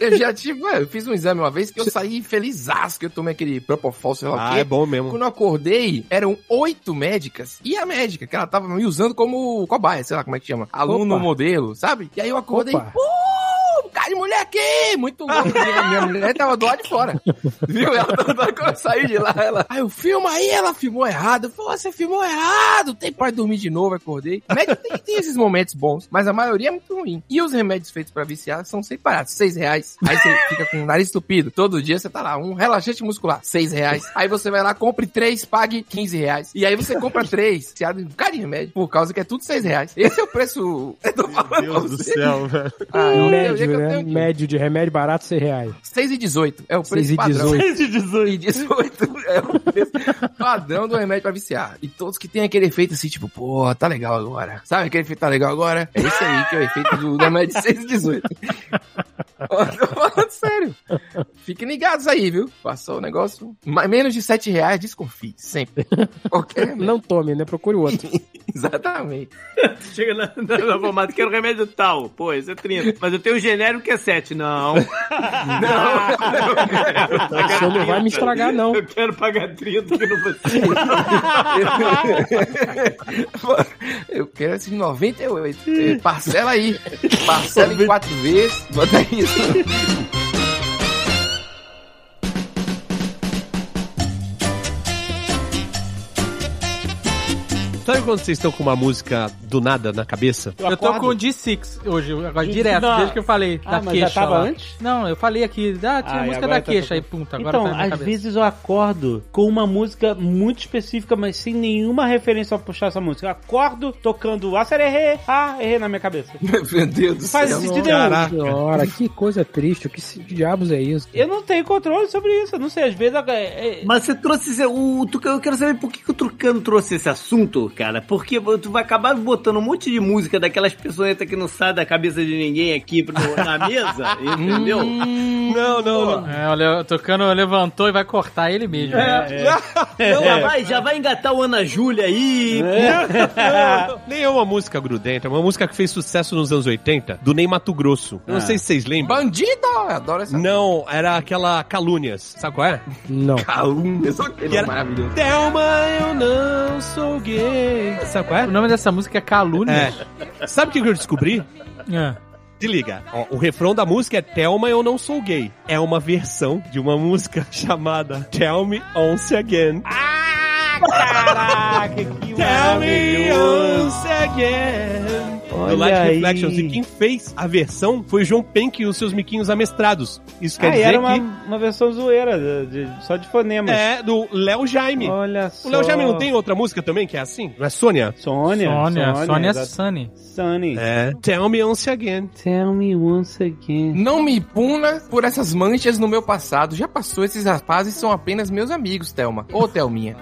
Speaker 4: Eu já tive. ué, Eu fiz um exame uma vez que eu saí feliz que eu tomei aquele Propofol, sei lá o
Speaker 5: Ah,
Speaker 4: quê.
Speaker 5: é bom mesmo.
Speaker 4: Quando eu acordei, eram oito médicas e a médica, que ela tava me usando como cobaia, sei lá como é que chama. Aluno
Speaker 3: Opa.
Speaker 4: modelo, sabe? E aí eu acordei.
Speaker 3: Opa.
Speaker 4: "Uh, Cara de mulher aqui! Muito louco. E a minha mulher tava do lado de fora. Viu? Ela tá, tava do lado- quando eu saí de lá. Ela. Aí eu filma aí, ela filmou errado. Eu falei, você filmou errado. Tem para dormir de novo, acordei. Médico tem, tem esses momentos bons, mas a maioria é muito ruim. E os remédios feitos pra viciar são separados. Seis reais. Aí você fica com o nariz estupido. Todo dia você tá lá, um relaxante muscular, seis reais. Aí você vai lá, compre três, pague 15 reais. E aí você compra três, se abre um cara de remédio, por causa que é tudo seis reais. Esse é o preço. Eu tô falando pra você.
Speaker 5: velho.
Speaker 4: Ah, eu tenho- eu
Speaker 3: Médio, né?
Speaker 4: tenho-
Speaker 3: Médio de remédio barato, 6 reais.
Speaker 4: 6 e 18 é o preço
Speaker 3: 6 e
Speaker 4: padrão.
Speaker 3: 18.
Speaker 1: 6 de 18.
Speaker 4: E 18 é o preço padrão do remédio pra viciar. E todos que tem aquele efeito assim, tipo, pô, tá legal agora. Sabe aquele efeito tá legal agora? É esse aí que é o efeito do, do remédio 6 e 18. Ó, Tô falando sério. Fiquem ligados aí, viu? Passou o negócio. Mas menos de 7 reais, desconfie. Sempre. Qualquer remédio.
Speaker 3: Não tome, né? Procure outro.
Speaker 4: Exatamente.
Speaker 2: Chega na, na, na farmácia, quero remédio tal. Pô, esse é 30. Mas eu tenho um genérico que é 7. Não.
Speaker 3: Você não vai me estragar, não.
Speaker 2: Eu quero pagar 30 que não precisa.
Speaker 4: Eu quero esses 98. Eh, Parcela aí. Parcela em 4 vezes. Bota isso.
Speaker 5: Sabe quando vocês estão com uma música do nada na cabeça?
Speaker 6: Eu tô com o D6 hoje, agora direto,
Speaker 1: Não.
Speaker 6: desde que eu falei
Speaker 1: Ah,
Speaker 6: da
Speaker 1: mas já
Speaker 6: queixa.
Speaker 1: tava
Speaker 6: lá.
Speaker 1: antes?
Speaker 6: Não, eu falei aqui, ah, tinha
Speaker 1: Ah,
Speaker 6: a
Speaker 1: e
Speaker 6: música
Speaker 1: agora
Speaker 6: da
Speaker 1: tá
Speaker 6: queixa, aí,
Speaker 1: tocando.
Speaker 6: puta, agora
Speaker 1: Então,
Speaker 6: tá na minha
Speaker 1: às
Speaker 6: cabeça.
Speaker 1: vezes eu acordo com uma música muito específica, mas sem nenhuma referência pra puxar essa música. Eu acordo tocando a sererê, ah, errei na minha cabeça.
Speaker 4: Meu Deus do
Speaker 1: Faz
Speaker 4: céu.
Speaker 1: sentido nenhum.
Speaker 5: Caraca.
Speaker 3: Senhora, que coisa triste. Que se- que diabos é isso?
Speaker 1: Eu não tenho controle sobre isso, eu não sei, às vezes... é- é-
Speaker 2: Mas você trouxe esse- o Tucano, eu quero saber por que, que o Tucano trouxe esse assunto, cara. Porque tu vai acabar botando um monte de música daquelas pessoas que não sai da cabeça de ninguém aqui pro- na mesa, entendeu?
Speaker 5: Hum. Não, não, não.
Speaker 6: É, olha, o Tucano levantou e vai cortar ele mesmo. né?
Speaker 2: Então
Speaker 5: É.
Speaker 2: já vai, já vai engatar o Ana Júlia aí.
Speaker 5: Não, Nem é uma música grudenta, é uma música que fez sucesso nos anos 80, do Ney Mato Grosso. Eu
Speaker 3: Ah.
Speaker 5: Não sei se vocês lembram.
Speaker 4: Bandido! Eu adoro essa
Speaker 5: Não, era aquela Calúnias. Sabe qual é?
Speaker 3: Não.
Speaker 4: calúnia. Só que
Speaker 5: Que
Speaker 4: ele é
Speaker 5: era-
Speaker 4: maravilhoso.
Speaker 5: Thelma, eu não sou gay. Sabe qual
Speaker 6: O
Speaker 5: é?
Speaker 6: nome dessa música é Calúnia.
Speaker 5: É. Sabe o que eu descobri?
Speaker 1: É.
Speaker 5: Se liga, ó, o refrão da música é Thelma, eu não sou gay. É uma versão de uma música chamada Tell Me Once Again.
Speaker 1: Ah, Caraca, que
Speaker 5: Tell me
Speaker 1: maravilhoso.
Speaker 5: once again. do Light
Speaker 1: aí.
Speaker 5: Reflections. E quem fez a versão foi o João Penck e os seus miquinhos amestrados. Isso quer
Speaker 1: Ah, e
Speaker 5: dizer
Speaker 1: era uma,
Speaker 5: que
Speaker 1: uma versão zoeira, de- de- só de fonema.
Speaker 5: é do Léo Jaime.
Speaker 1: Olha só.
Speaker 5: O Léo Jaime não tem outra música também que é assim? Não é Sônia?
Speaker 1: Sônia.
Speaker 6: Sônia, Sônia é
Speaker 1: exato.
Speaker 6: Sunny.
Speaker 1: Sunny.
Speaker 5: É. Tell me once again.
Speaker 1: Tell me once again.
Speaker 4: Não me puna por essas manchas no meu passado. Já passou, esses rapazes são apenas meus amigos, Thelma. Ô, Thelminha.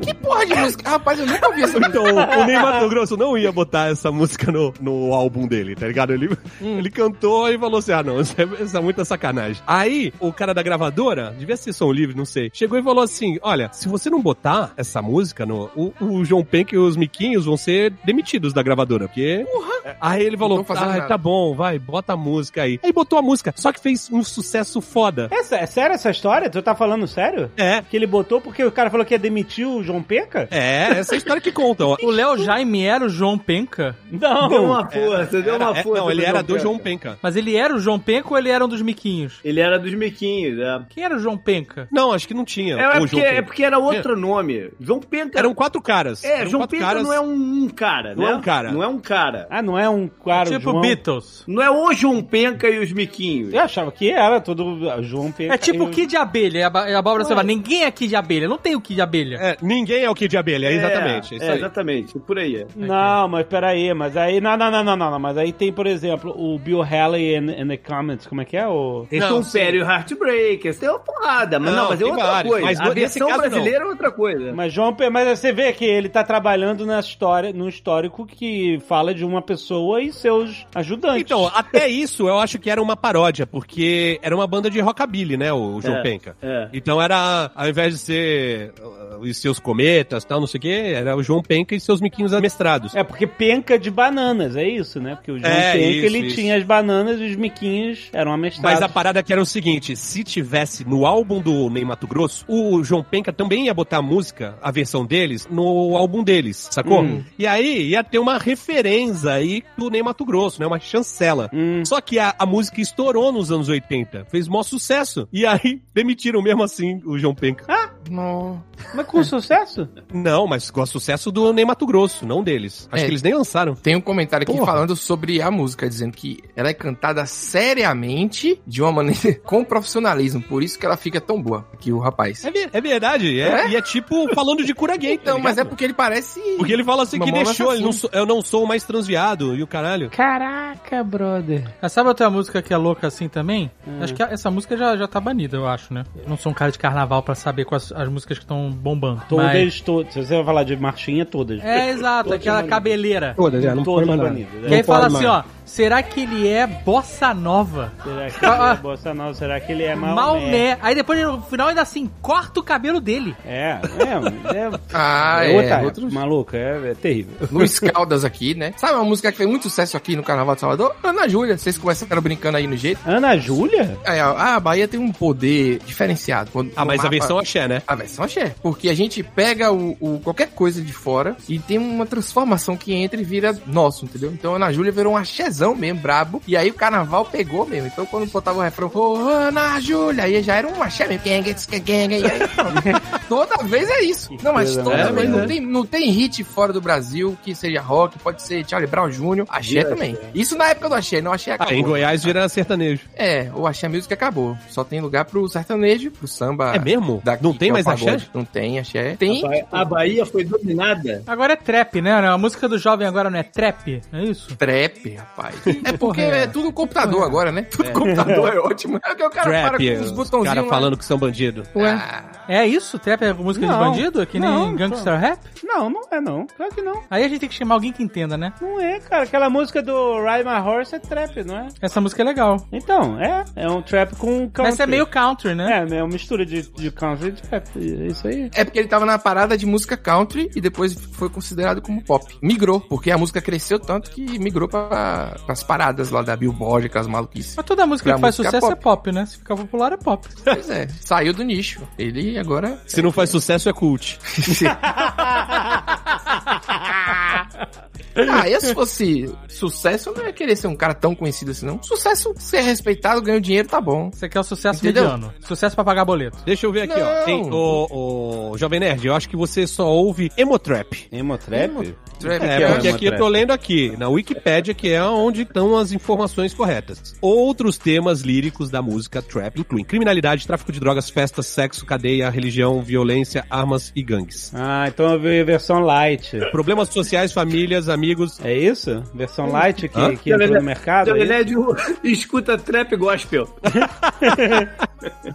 Speaker 4: que porra de música? Rapaz, eu nunca ouvi essa música.
Speaker 5: Então, o Ney Mato Grosso não ia botar essa música no, no álbum dele, tá ligado? Ele, ele cantou e falou assim: ah, não, isso é, isso é muita sacanagem. Aí, o cara da gravadora, devia ser som livre, não sei, chegou e falou assim: olha, se você não botar essa música no. O, o João Penck e os Miquinhos vão ser demitidos da gravadora, porque. É, Aí ele
Speaker 4: Não
Speaker 5: falou:
Speaker 4: tô fazendo
Speaker 5: ah,
Speaker 4: nada."
Speaker 5: tá bom, vai, bota a música aí. Aí botou a música, só que fez um sucesso foda.
Speaker 1: Essa, é sério essa história? Tu tá falando sério?
Speaker 5: É.
Speaker 1: Que ele botou porque o cara falou que ia demitir o João Peca?
Speaker 5: É, essa é a história que conta, ó.
Speaker 6: O Léo Jaime era o João Penca?
Speaker 1: Não.
Speaker 2: Deu uma força, deu uma
Speaker 5: É,
Speaker 2: força.
Speaker 5: não, ele
Speaker 2: pro
Speaker 5: era do
Speaker 2: Penca.
Speaker 5: João Penca.
Speaker 6: Mas ele era o João Penca ou ele era um dos miquinhos?
Speaker 2: Ele era dos Miquinhos, é.
Speaker 6: Quem era o João Penca?
Speaker 5: Não, acho que não tinha.
Speaker 2: É, é
Speaker 5: o
Speaker 2: porque,
Speaker 5: João Penca.
Speaker 2: é porque era outro nome. João Penca.
Speaker 5: Eram quatro caras.
Speaker 2: É,
Speaker 5: um Eram
Speaker 2: João
Speaker 5: quatro
Speaker 2: Penca não é um, um cara,
Speaker 5: Não
Speaker 2: né?
Speaker 5: é um cara.
Speaker 2: Não é um cara.
Speaker 1: Ah, não é um cara
Speaker 6: tipo
Speaker 1: João...
Speaker 6: Beatles.
Speaker 2: Não é o João Penca e os Miquinhos.
Speaker 5: É,
Speaker 1: Eu achava que era todo João Peca.
Speaker 6: É tipo
Speaker 1: Eu-
Speaker 6: o Kid de Abelha. E a, Ba- e a Bárbara Silva. Ninguém é Kid de Abelha. Não tem o Kid de Abelha.
Speaker 5: É, ninguém é o Kid de Abelha,
Speaker 2: É,
Speaker 5: exatamente. É, isso
Speaker 2: É,
Speaker 5: aí.
Speaker 2: exatamente. Por aí. é.
Speaker 1: Não, mas peraí, mas aí. Não, não, não, não, não, não. Mas aí tem, por exemplo, o Bill Haley and, and the Comments. Como é que é? O...
Speaker 5: Não,
Speaker 2: Então, Império e Heartbreakers, tem é uma porrada, mas
Speaker 5: Não,
Speaker 2: não, mas é
Speaker 5: tem
Speaker 2: outra
Speaker 5: vários,
Speaker 2: coisa.
Speaker 5: mas
Speaker 2: a
Speaker 5: nesse
Speaker 2: versão
Speaker 5: caso, não.
Speaker 2: brasileira é outra coisa.
Speaker 1: Mas João Pe... mas você vê que ele tá trabalhando na história, num histórico que fala de uma pessoa e seus ajudantes.
Speaker 5: Então, até isso eu acho que era uma paródia, porque era uma banda de rockabilly, né, o João
Speaker 2: É,
Speaker 5: Penca.
Speaker 2: é.
Speaker 5: Então era, ao invés de ser uh, os seus cometas, tal, não sei o quê, era o João Penca e seus miquinhos amestrados.
Speaker 1: É porque penca de bananas, é isso, né? Porque o João
Speaker 5: É,
Speaker 1: Penca,
Speaker 5: isso,
Speaker 1: ele
Speaker 5: isso.
Speaker 1: tinha as bananas e os miquinhos eram amestrados.
Speaker 5: Mas
Speaker 4: Tá.
Speaker 5: a parada que era o seguinte, se tivesse no álbum do Ney Mato Grosso, o João Penca também ia botar a música, a versão deles, no álbum deles, sacou?
Speaker 4: Hum.
Speaker 5: E aí ia ter uma referência aí do Ney Mato Grosso, né? Uma chancela.
Speaker 1: Hum.
Speaker 5: Só que a, a música estourou nos anos 80, fez maior sucesso. E aí demitiram mesmo assim o João Penca.
Speaker 4: Ah. Não.
Speaker 1: Mas com sucesso?
Speaker 5: Não, mas com o sucesso do Ney Mato Grosso, não deles. Acho
Speaker 4: É.
Speaker 5: que eles nem lançaram.
Speaker 4: Tem um comentário aqui
Speaker 5: Porra.
Speaker 4: falando sobre a música, dizendo que ela é cantada seriamente, de uma maneira com profissionalismo. Por isso que ela fica tão boa, aqui o rapaz.
Speaker 5: É, ver- é verdade, é,
Speaker 4: É?
Speaker 5: e é tipo falando de cura gay, tá
Speaker 4: Então, mas é
Speaker 5: ligado?
Speaker 4: porque ele parece...
Speaker 5: Porque ele fala assim que
Speaker 4: Mamona
Speaker 5: deixou, ele não
Speaker 4: assassino.
Speaker 5: sou- eu não sou mais transviado, e o caralho.
Speaker 1: Caraca, brother.
Speaker 6: Mas sabe outra música que é louca assim também? Acho que a- essa música já, já tá banida, eu acho, né? Eu não sou um cara de carnaval pra saber quais as músicas que estão bombando. mas-
Speaker 1: Todas, todas. Se você vai falar de marchinha, todas.
Speaker 6: É, exato.
Speaker 1: Todas
Speaker 6: aquela
Speaker 1: banidas.
Speaker 6: cabeleira.
Speaker 3: Todas, é, não
Speaker 1: Todas
Speaker 3: pode mais nada.
Speaker 1: banidas, é.
Speaker 3: Não
Speaker 6: E aí
Speaker 3: pode
Speaker 6: fala
Speaker 3: mais.
Speaker 6: assim, ó. Será que ele é bossa nova?
Speaker 1: Será que
Speaker 5: Ah,
Speaker 1: ele é bossa nova? Será que ele é
Speaker 6: Malmé.
Speaker 1: Maomé?
Speaker 6: Aí depois no final ainda assim, corta o cabelo dele.
Speaker 1: É, é, é,
Speaker 4: Ah,
Speaker 1: é
Speaker 4: é.
Speaker 1: outra época,
Speaker 4: outro-
Speaker 1: maluca, é, é terrível.
Speaker 4: Luiz Caldas aqui, né? Sabe uma música que fez muito sucesso aqui no Carnaval de Salvador? Ana Júlia. Vocês começaram brincando aí no jeito.
Speaker 1: Ana Júlia?
Speaker 4: É, ah, a Bahia tem um poder diferenciado. Quando-
Speaker 5: Ah,
Speaker 4: no
Speaker 5: mas a
Speaker 4: mapa-
Speaker 5: versão axé, né?
Speaker 4: A versão axé. Porque a gente pega o, o- qualquer coisa de fora e tem uma transformação que entra e vira nosso, entendeu? Então Ana Júlia virou um axézão mesmo, brabo. E aí o carnaval pegou mesmo. Então quando botava o refrão, ô Ana Júlia, aí já era um axé mesmo. Gang, gang, gang, gang, e aí, pronto. toda vez é isso.
Speaker 1: Que
Speaker 4: não, mas
Speaker 1: coisa
Speaker 4: toda
Speaker 5: né?
Speaker 2: maravilhosa.
Speaker 5: É
Speaker 4: vez. Não tem, não tem hit fora do Brasil que seja rock, pode ser Charlie Brown Jr., axé também. Isso na época do axé, não axé é
Speaker 5: Ah,
Speaker 4: acabou.
Speaker 5: em Goiás vira sertanejo.
Speaker 4: É, o Axé Music acabou. Só tem lugar pro sertanejo, pro samba.
Speaker 5: é mesmo?
Speaker 4: Ah. daqui,
Speaker 5: não
Speaker 4: que
Speaker 5: tem
Speaker 4: é o
Speaker 5: mais axé?
Speaker 4: pagode. Não tem Axé.
Speaker 2: A,
Speaker 4: Tem.
Speaker 2: Bahia, a Bahia foi dominada.
Speaker 6: Agora é trap, né? A música do jovem agora não é trap? É isso?
Speaker 4: Trap, rapaz. É porque
Speaker 6: Porra, é.
Speaker 4: é tudo computador agora, né? Tudo computador é ótimo. É que o cara para
Speaker 5: Trap,
Speaker 4: com os
Speaker 5: os
Speaker 4: botãozinhos.
Speaker 5: caras
Speaker 4: lá.
Speaker 5: falando que são bandido.
Speaker 4: Ah,
Speaker 6: É isso? Trap é música
Speaker 1: Não.
Speaker 6: de bandido? É que nem
Speaker 1: Não,
Speaker 6: gangster rap?
Speaker 1: Não, não é não. Claro que não.
Speaker 6: Aí a gente tem que chamar alguém que entenda, né?
Speaker 1: Não é, cara. Aquela música do Ride My Horse é trap, não é?
Speaker 6: Essa música é legal.
Speaker 1: Então, é. É um trap com country.
Speaker 6: Essa é meio country, né?
Speaker 1: É, é uma mistura de, de country e de trap. É isso aí.
Speaker 4: É porque ele tava na parada de música country e depois foi considerado como pop. Migrou, porque a música cresceu tanto que migrou pra, pras paradas lá da Billboard, aquelas maluquices.
Speaker 6: Mas toda música
Speaker 4: Pra
Speaker 6: que faz
Speaker 4: música
Speaker 6: sucesso
Speaker 4: pop.
Speaker 6: é pop, né? Se ficar popular é pop.
Speaker 4: Pois é, saiu do nicho. Ele agora.
Speaker 5: Se não faz sucesso, é cult.
Speaker 4: Ah, e se fosse sucesso, eu não ia querer ser um cara tão conhecido assim, não. Sucesso, ser respeitado, ganhar dinheiro, tá bom.
Speaker 6: Você quer é o sucesso
Speaker 4: Entendeu?
Speaker 6: mediano. Sucesso pra pagar boleto.
Speaker 5: Deixa eu ver aqui, ó.
Speaker 4: Não.
Speaker 5: Tem o, o Jovem Nerd, eu acho que você só ouve Emotrap.
Speaker 1: Emotrap?
Speaker 4: Trap,
Speaker 5: É,
Speaker 4: que
Speaker 5: porque
Speaker 1: é
Speaker 5: aqui eu tô lendo aqui, na Wikipédia, que é onde estão as informações corretas. Outros temas líricos da música trap incluem criminalidade, tráfico de drogas, festas, sexo, cadeia, religião, violência, armas e gangues.
Speaker 1: Ah, então eu vi a versão light.
Speaker 5: Problemas sociais, famílias, amigos.
Speaker 1: É isso? Versão light
Speaker 5: Hã?
Speaker 1: que, que entrou no mercado?
Speaker 2: Jovem
Speaker 1: É isso?
Speaker 2: Nerd escuta trap gospel.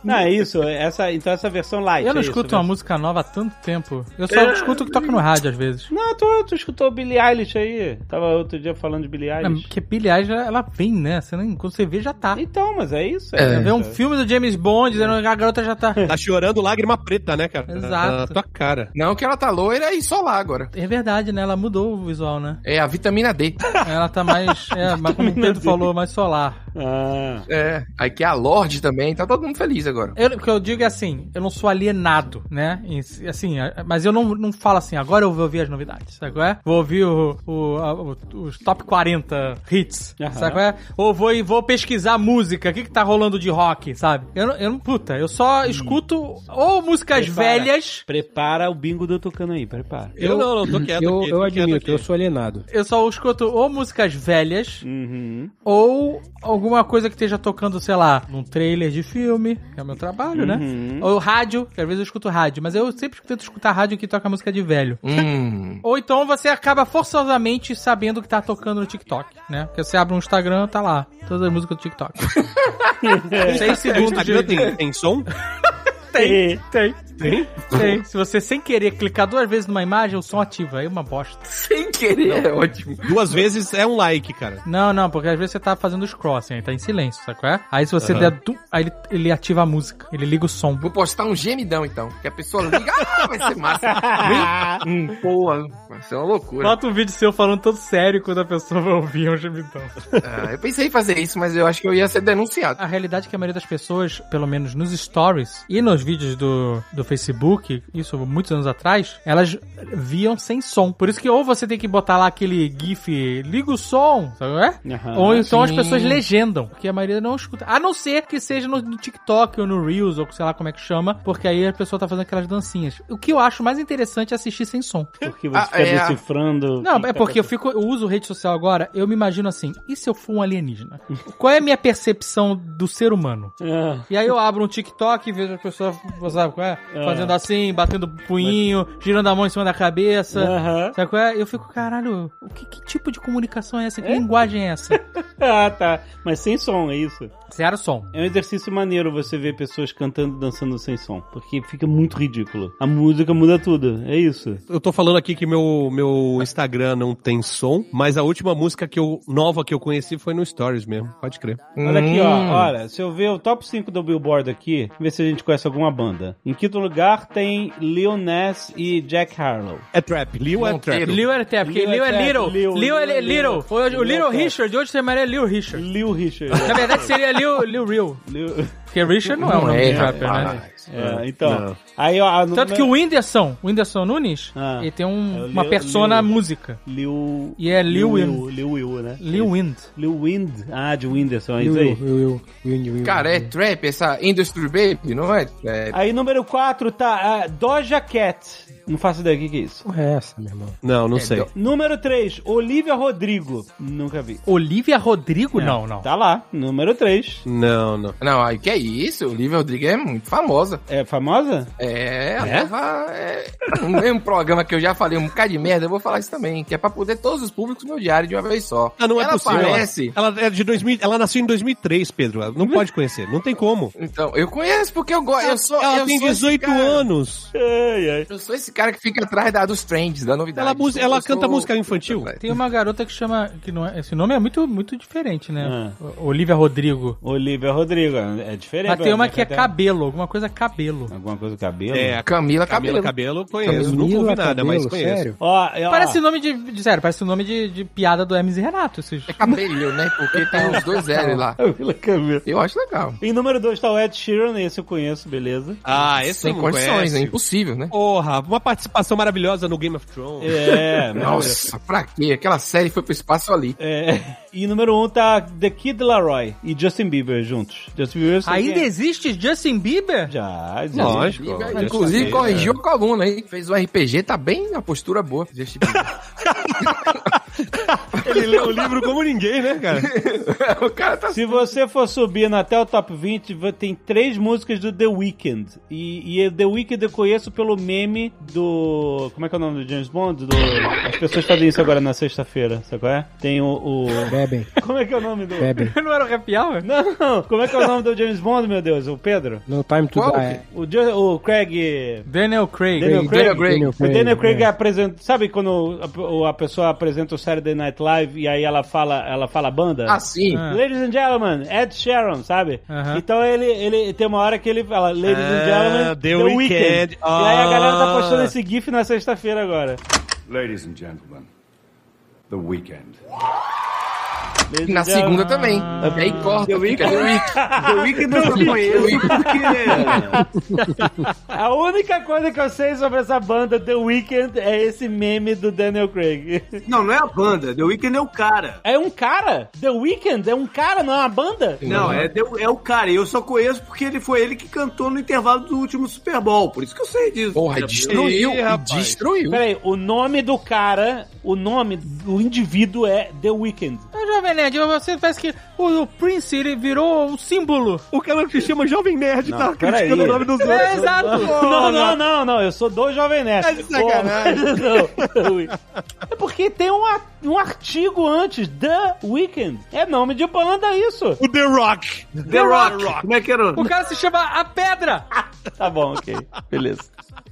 Speaker 1: Não, é isso. Essa, então essa versão light.
Speaker 6: Eu não
Speaker 1: é isso,
Speaker 6: escuto uma
Speaker 1: versão-
Speaker 6: música nova há tanto tempo. Eu
Speaker 1: É.
Speaker 6: só escuto o que toca no rádio às vezes.
Speaker 1: Não, tu, tu escutou Billie Eilish aí. Tava outro dia falando de Billie Eilish.
Speaker 6: Porque Billie Eilish, ela vem, né? Você nem, quando você vê, já tá.
Speaker 1: Então, mas é isso.
Speaker 4: É.
Speaker 6: Você
Speaker 1: isso.
Speaker 6: vê um filme do James Bond, dizendo que a garota já tá...
Speaker 1: É.
Speaker 5: Tá chorando lágrima preta, né, cara?
Speaker 6: Exato.
Speaker 5: Na tua cara.
Speaker 4: Não que ela tá loira e só lá agora.
Speaker 6: É verdade, né? Ela mudou o visual, né?
Speaker 4: É a vitamina D.
Speaker 6: Ela tá mais, é, mas como o Pedro falou, mais solar.
Speaker 1: Ah,
Speaker 4: É. Aí que é a Lorde também, tá todo mundo feliz agora.
Speaker 6: Eu, o que eu digo é assim, eu não sou alienado, né? Em- Assim, a- mas eu não, não falo assim, agora eu vou ouvir as novidades, sabe qual é? Vou ouvir o, o- a- o- os top 40 hits,
Speaker 1: Aham.
Speaker 6: sabe qual é? Ou vou, e vou pesquisar música, o que que tá rolando de rock, sabe? Eu, não- eu não, puta, eu só escuto ou músicas
Speaker 1: Hum. Prepara.
Speaker 6: velhas...
Speaker 1: prepara o bingo do Tucano aí, prepara.
Speaker 5: Eu, não, não, tô quieto
Speaker 3: eu,
Speaker 5: aqui,
Speaker 3: eu
Speaker 5: tô quieto
Speaker 3: admito,
Speaker 5: aqui.
Speaker 3: eu sou alienado.
Speaker 6: Eu só escuto ou músicas velhas
Speaker 1: Uhum.
Speaker 6: ou alguma coisa que esteja tocando, sei lá, num trailer de filme, que é o meu trabalho, né?
Speaker 1: Uhum.
Speaker 6: Ou rádio, que às vezes eu escuto rádio, mas eu sempre tento escutar rádio que toca música de velho.
Speaker 4: Hum.
Speaker 6: Ou então você acaba forçosamente sabendo o que tá tocando no TikTok, né? Porque você abre um Instagram, tá lá. Todas as músicas do TikTok. Seis
Speaker 5: O
Speaker 6: segundos
Speaker 5: Tá um Instagram
Speaker 6: de...
Speaker 5: tem, tem som?
Speaker 1: Tem.
Speaker 6: Tem. Tem? Tem. Se você sem querer clicar duas vezes numa imagem, o som ativa. Aí é uma bosta.
Speaker 4: Sem querer, é ótimo.
Speaker 5: Duas vezes é um like, cara.
Speaker 6: Não, não, porque às vezes você tá fazendo os crossing, aí tá em silêncio, sabe qual é? Aí se você der. Tum, aí ele, ele ativa a música, ele liga o som.
Speaker 4: Vou postar um gemidão então. Que a pessoa liga, ah, vai ser massa. hum, porra, vai ser uma loucura.
Speaker 6: Bota um vídeo seu falando todo sério quando a pessoa vai ouvir um gemidão.
Speaker 4: Ah, eu pensei em fazer isso, mas eu acho que eu ia ser denunciado.
Speaker 6: A realidade é que a maioria das pessoas, pelo menos nos stories e nos vídeos do, do Facebook, isso muitos anos atrás, elas viam sem som. Por isso que ou você tem que botar lá aquele GIF, liga o som, sabe? qual é?
Speaker 1: Aham.
Speaker 6: Ou então as
Speaker 4: Sim.
Speaker 6: pessoas legendam, porque a maioria não escuta. A não ser que seja no, no TikTok ou no Reels, ou sei lá como é que chama, porque aí a pessoa tá fazendo aquelas dancinhas. O que eu acho mais interessante é assistir sem som.
Speaker 1: Porque você
Speaker 4: Ah,
Speaker 1: fica
Speaker 4: é a-
Speaker 1: decifrando.
Speaker 6: Não, é porque eu fico, eu uso rede social agora, eu me imagino assim, e se eu for um alienígena? Qual é a minha percepção do ser humano?
Speaker 1: Ah,
Speaker 6: E aí eu abro um TikTok e vejo as pessoas, sabe qual é?
Speaker 1: Ah.
Speaker 6: Fazendo assim, batendo punhinho, girando a mão em cima da cabeça.
Speaker 1: Aham.
Speaker 6: Sabe qual é? Eu fico, caralho, o que, que tipo de comunicação é essa? Que linguagem é essa?
Speaker 1: Ah, tá. Mas sem som, é isso.
Speaker 6: Zero som.
Speaker 1: É um exercício maneiro você ver pessoas cantando e dançando sem som. Porque fica muito ridículo. A música muda tudo. É isso.
Speaker 5: Eu tô falando aqui que meu, meu Instagram não tem som, mas a última música que eu, nova que eu conheci foi no Stories mesmo, pode crer.
Speaker 1: Olha aqui,
Speaker 4: Hum.
Speaker 1: ó. Olha, se eu ver o top 5 do Billboard aqui, ver se a gente conhece alguma banda. Em quinto lugar tem Lil Nas e Jack Harlow.
Speaker 5: É trap, Lil é trap.
Speaker 4: Monteiro.
Speaker 6: Lil é até, porque
Speaker 1: Lil
Speaker 6: Lil
Speaker 1: é
Speaker 6: é Little.
Speaker 1: Lil,
Speaker 6: Lil
Speaker 1: Lil é
Speaker 6: é Little.
Speaker 1: Lil.
Speaker 6: Hoje, O
Speaker 1: Lil
Speaker 6: Little
Speaker 1: é
Speaker 6: Richard, hoje você chamaria Lil Richard.
Speaker 1: Lil Richard.
Speaker 6: Na verdade seria Lil, Lil Real.
Speaker 1: Lil...
Speaker 6: Porque Richard não é o nome de rapper, né?
Speaker 1: É, então.
Speaker 5: Não.
Speaker 1: Aí, ó. a
Speaker 6: Tanto
Speaker 1: número- é
Speaker 6: que o Whindersson, o Whindersson Nunes,
Speaker 1: Ah.
Speaker 6: ele tem
Speaker 1: É
Speaker 6: um,
Speaker 1: o
Speaker 6: uma
Speaker 1: Lil-
Speaker 6: persona
Speaker 1: Lil.
Speaker 6: música.
Speaker 1: Lil.
Speaker 6: E é Lil Wind.
Speaker 1: Will. Lil Will, né?
Speaker 6: Lil Wind.
Speaker 1: Lil Wind. Ah, de Whindersson, é
Speaker 3: Eu,
Speaker 1: isso aí.
Speaker 3: eu, eu, eu, eu, eu.
Speaker 4: Cara, é trap, essa industry baby, não é? É,
Speaker 1: Aí, número 4 tá ah, Doja Cat. Não faço ideia do que que é isso.
Speaker 3: Porra é essa, meu irmão?
Speaker 5: Não, não sei.
Speaker 1: Número 3, Olivia Rodrigo. Nunca vi.
Speaker 6: Olivia Rodrigo? Não, não.
Speaker 1: Tá lá, número 3.
Speaker 5: Não, não.
Speaker 4: Não, aí que é isso, Olivia Rodrigues é muito famosa.
Speaker 1: É famosa?
Speaker 4: É, ela
Speaker 1: É?
Speaker 4: tava, é, no mesmo programa que eu já falei um bocado de merda, eu vou falar isso também, que é pra poder todos os públicos no diário de uma vez só.
Speaker 5: Ah, não é
Speaker 4: ela
Speaker 5: possível.
Speaker 4: Parece...
Speaker 5: Ela, ela é de 2000, ela nasceu em 2003, Pedro. Ela não pode conhecer, não tem como.
Speaker 4: Então, eu conheço porque eu gosto. Eu sou,
Speaker 5: ela
Speaker 4: eu
Speaker 5: tem
Speaker 4: sou esse
Speaker 5: 18
Speaker 4: cara-
Speaker 5: anos.
Speaker 1: Ai, ai.
Speaker 4: Eu sou esse cara que fica atrás da- dos trends, da novidade.
Speaker 5: Ela, mus-
Speaker 4: Eu
Speaker 5: ela
Speaker 4: sou-
Speaker 5: canta música infantil.
Speaker 6: Tem uma garota que chama. Que não é, esse nome é muito, muito diferente, né?
Speaker 1: Ah.
Speaker 6: O- Olivia Rodrigo.
Speaker 1: Olivia Rodrigo, é diferente.
Speaker 6: Mas tem uma que é
Speaker 1: Até-
Speaker 6: cabelo, alguma coisa é cabelo.
Speaker 1: Alguma coisa do cabelo?
Speaker 5: É, a
Speaker 4: Camila,
Speaker 5: Camila Cabelo,
Speaker 4: Cabelo.
Speaker 3: Tá
Speaker 5: conheço. Nunca
Speaker 3: Camila
Speaker 5: ouvi nada, mas
Speaker 3: Cabello,
Speaker 5: conheço.
Speaker 3: é Sério?
Speaker 1: Ó, é, ó.
Speaker 6: Parece nome de, de. Sério, parece nome de, de piada do Hermes e Renato. Esses...
Speaker 4: É cabelo, né? Porque tem os dois L lá.
Speaker 1: Camila Cabello.
Speaker 4: Eu acho legal.
Speaker 1: Em número 2 tá o Ed Sheeran, esse eu conheço, beleza.
Speaker 5: Ah, esse
Speaker 4: Sem
Speaker 5: eu não
Speaker 4: condições,
Speaker 5: conheço.
Speaker 4: é impossível, né?
Speaker 5: Porra, uma participação maravilhosa no Game of Thrones.
Speaker 1: É,
Speaker 4: Nossa, pra quê? Aquela série foi pro espaço ali.
Speaker 1: É, e número um tá The Kid Laroi e Justin Bieber juntos. Justin Bieber eu sei
Speaker 6: Ainda
Speaker 1: quem é.
Speaker 6: existe Justin Bieber?
Speaker 1: Já, já.
Speaker 5: Lógico.
Speaker 4: é Inclusive, corrigiu a coluna aí. Fez o RPG, tá bem na postura boa. Justin Bieber.
Speaker 5: Ele lê o livro como ninguém, né, cara?
Speaker 4: o cara tá
Speaker 1: Se você for subindo até o top 20, vo- tem três músicas do The Weeknd. E, e The Weeknd eu conheço pelo meme do. Como é que é o nome do James Bond? Do- As pessoas fazem isso agora na sexta-feira, sabe qual é? Tem o. o-
Speaker 3: Bebem,
Speaker 1: Como é que é o nome do.
Speaker 3: bebem.
Speaker 6: Não era o Happy Hour?
Speaker 1: Não, como é que é o nome do James Bond, meu Deus? O Pedro?
Speaker 3: No time to
Speaker 4: Qual
Speaker 3: die.
Speaker 1: O, Jo- o Craig.
Speaker 6: Daniel Craig.
Speaker 1: Daniel Craig.
Speaker 4: Daniel Craig.
Speaker 1: O Daniel Craig
Speaker 3: é.
Speaker 1: apresenta. Sabe quando a- o- a pessoa apresenta o Saturday Night Live e aí ela fala, ela fala a banda?
Speaker 4: assim.
Speaker 6: Ah.
Speaker 1: Ladies and gentlemen, Ed Sheeran, sabe?
Speaker 6: Aham.
Speaker 1: Então ele, ele tem uma hora que ele fala, Ladies and
Speaker 5: Ah,
Speaker 1: gentlemen,
Speaker 5: The Weeknd.
Speaker 1: E aí a galera tá
Speaker 5: Ah.
Speaker 1: postando esse GIF na sexta-feira agora.
Speaker 8: Ladies and gentlemen, The Weekend.
Speaker 1: Ladies
Speaker 4: Na
Speaker 1: and gentlemen.
Speaker 4: segunda também. E aí corta. fica The Week.
Speaker 2: The Weeknd eu não conheço porque... é-
Speaker 1: A única coisa que eu sei sobre essa banda The Weeknd é esse meme do Daniel Craig.
Speaker 2: Não, não é a banda. The Weeknd é o cara.
Speaker 1: É um cara? The Weeknd é um cara, não é uma banda?
Speaker 2: Não, é, The- é o cara. E eu só conheço porque ele foi ele que cantou no intervalo do último Super Bowl. Por isso que eu sei disso.
Speaker 4: Porra, destruiu.
Speaker 5: Ih, rapaz.
Speaker 4: destruiu.
Speaker 1: Peraí, o nome do cara, o nome do indivíduo é The Weeknd.
Speaker 6: Ô, Jovem Nerd, você parece que o, o Prince ele virou um símbolo.
Speaker 5: O cara se chama Jovem Nerd, tá criticando
Speaker 1: peraí.
Speaker 5: o nome dos outros.
Speaker 6: É, exato.
Speaker 1: Não, não, não, não, eu sou do Jovem Nerd.
Speaker 5: Tá de sacanagem.
Speaker 1: Pô, mas não. Ui. É porque tem um, a- um artigo antes, The Weeknd. É nome de banda isso.
Speaker 5: O The Rock.
Speaker 2: The, Rock. Como é que era?
Speaker 6: O cara se chama A Pedra.
Speaker 1: Tá bom, ok. Beleza.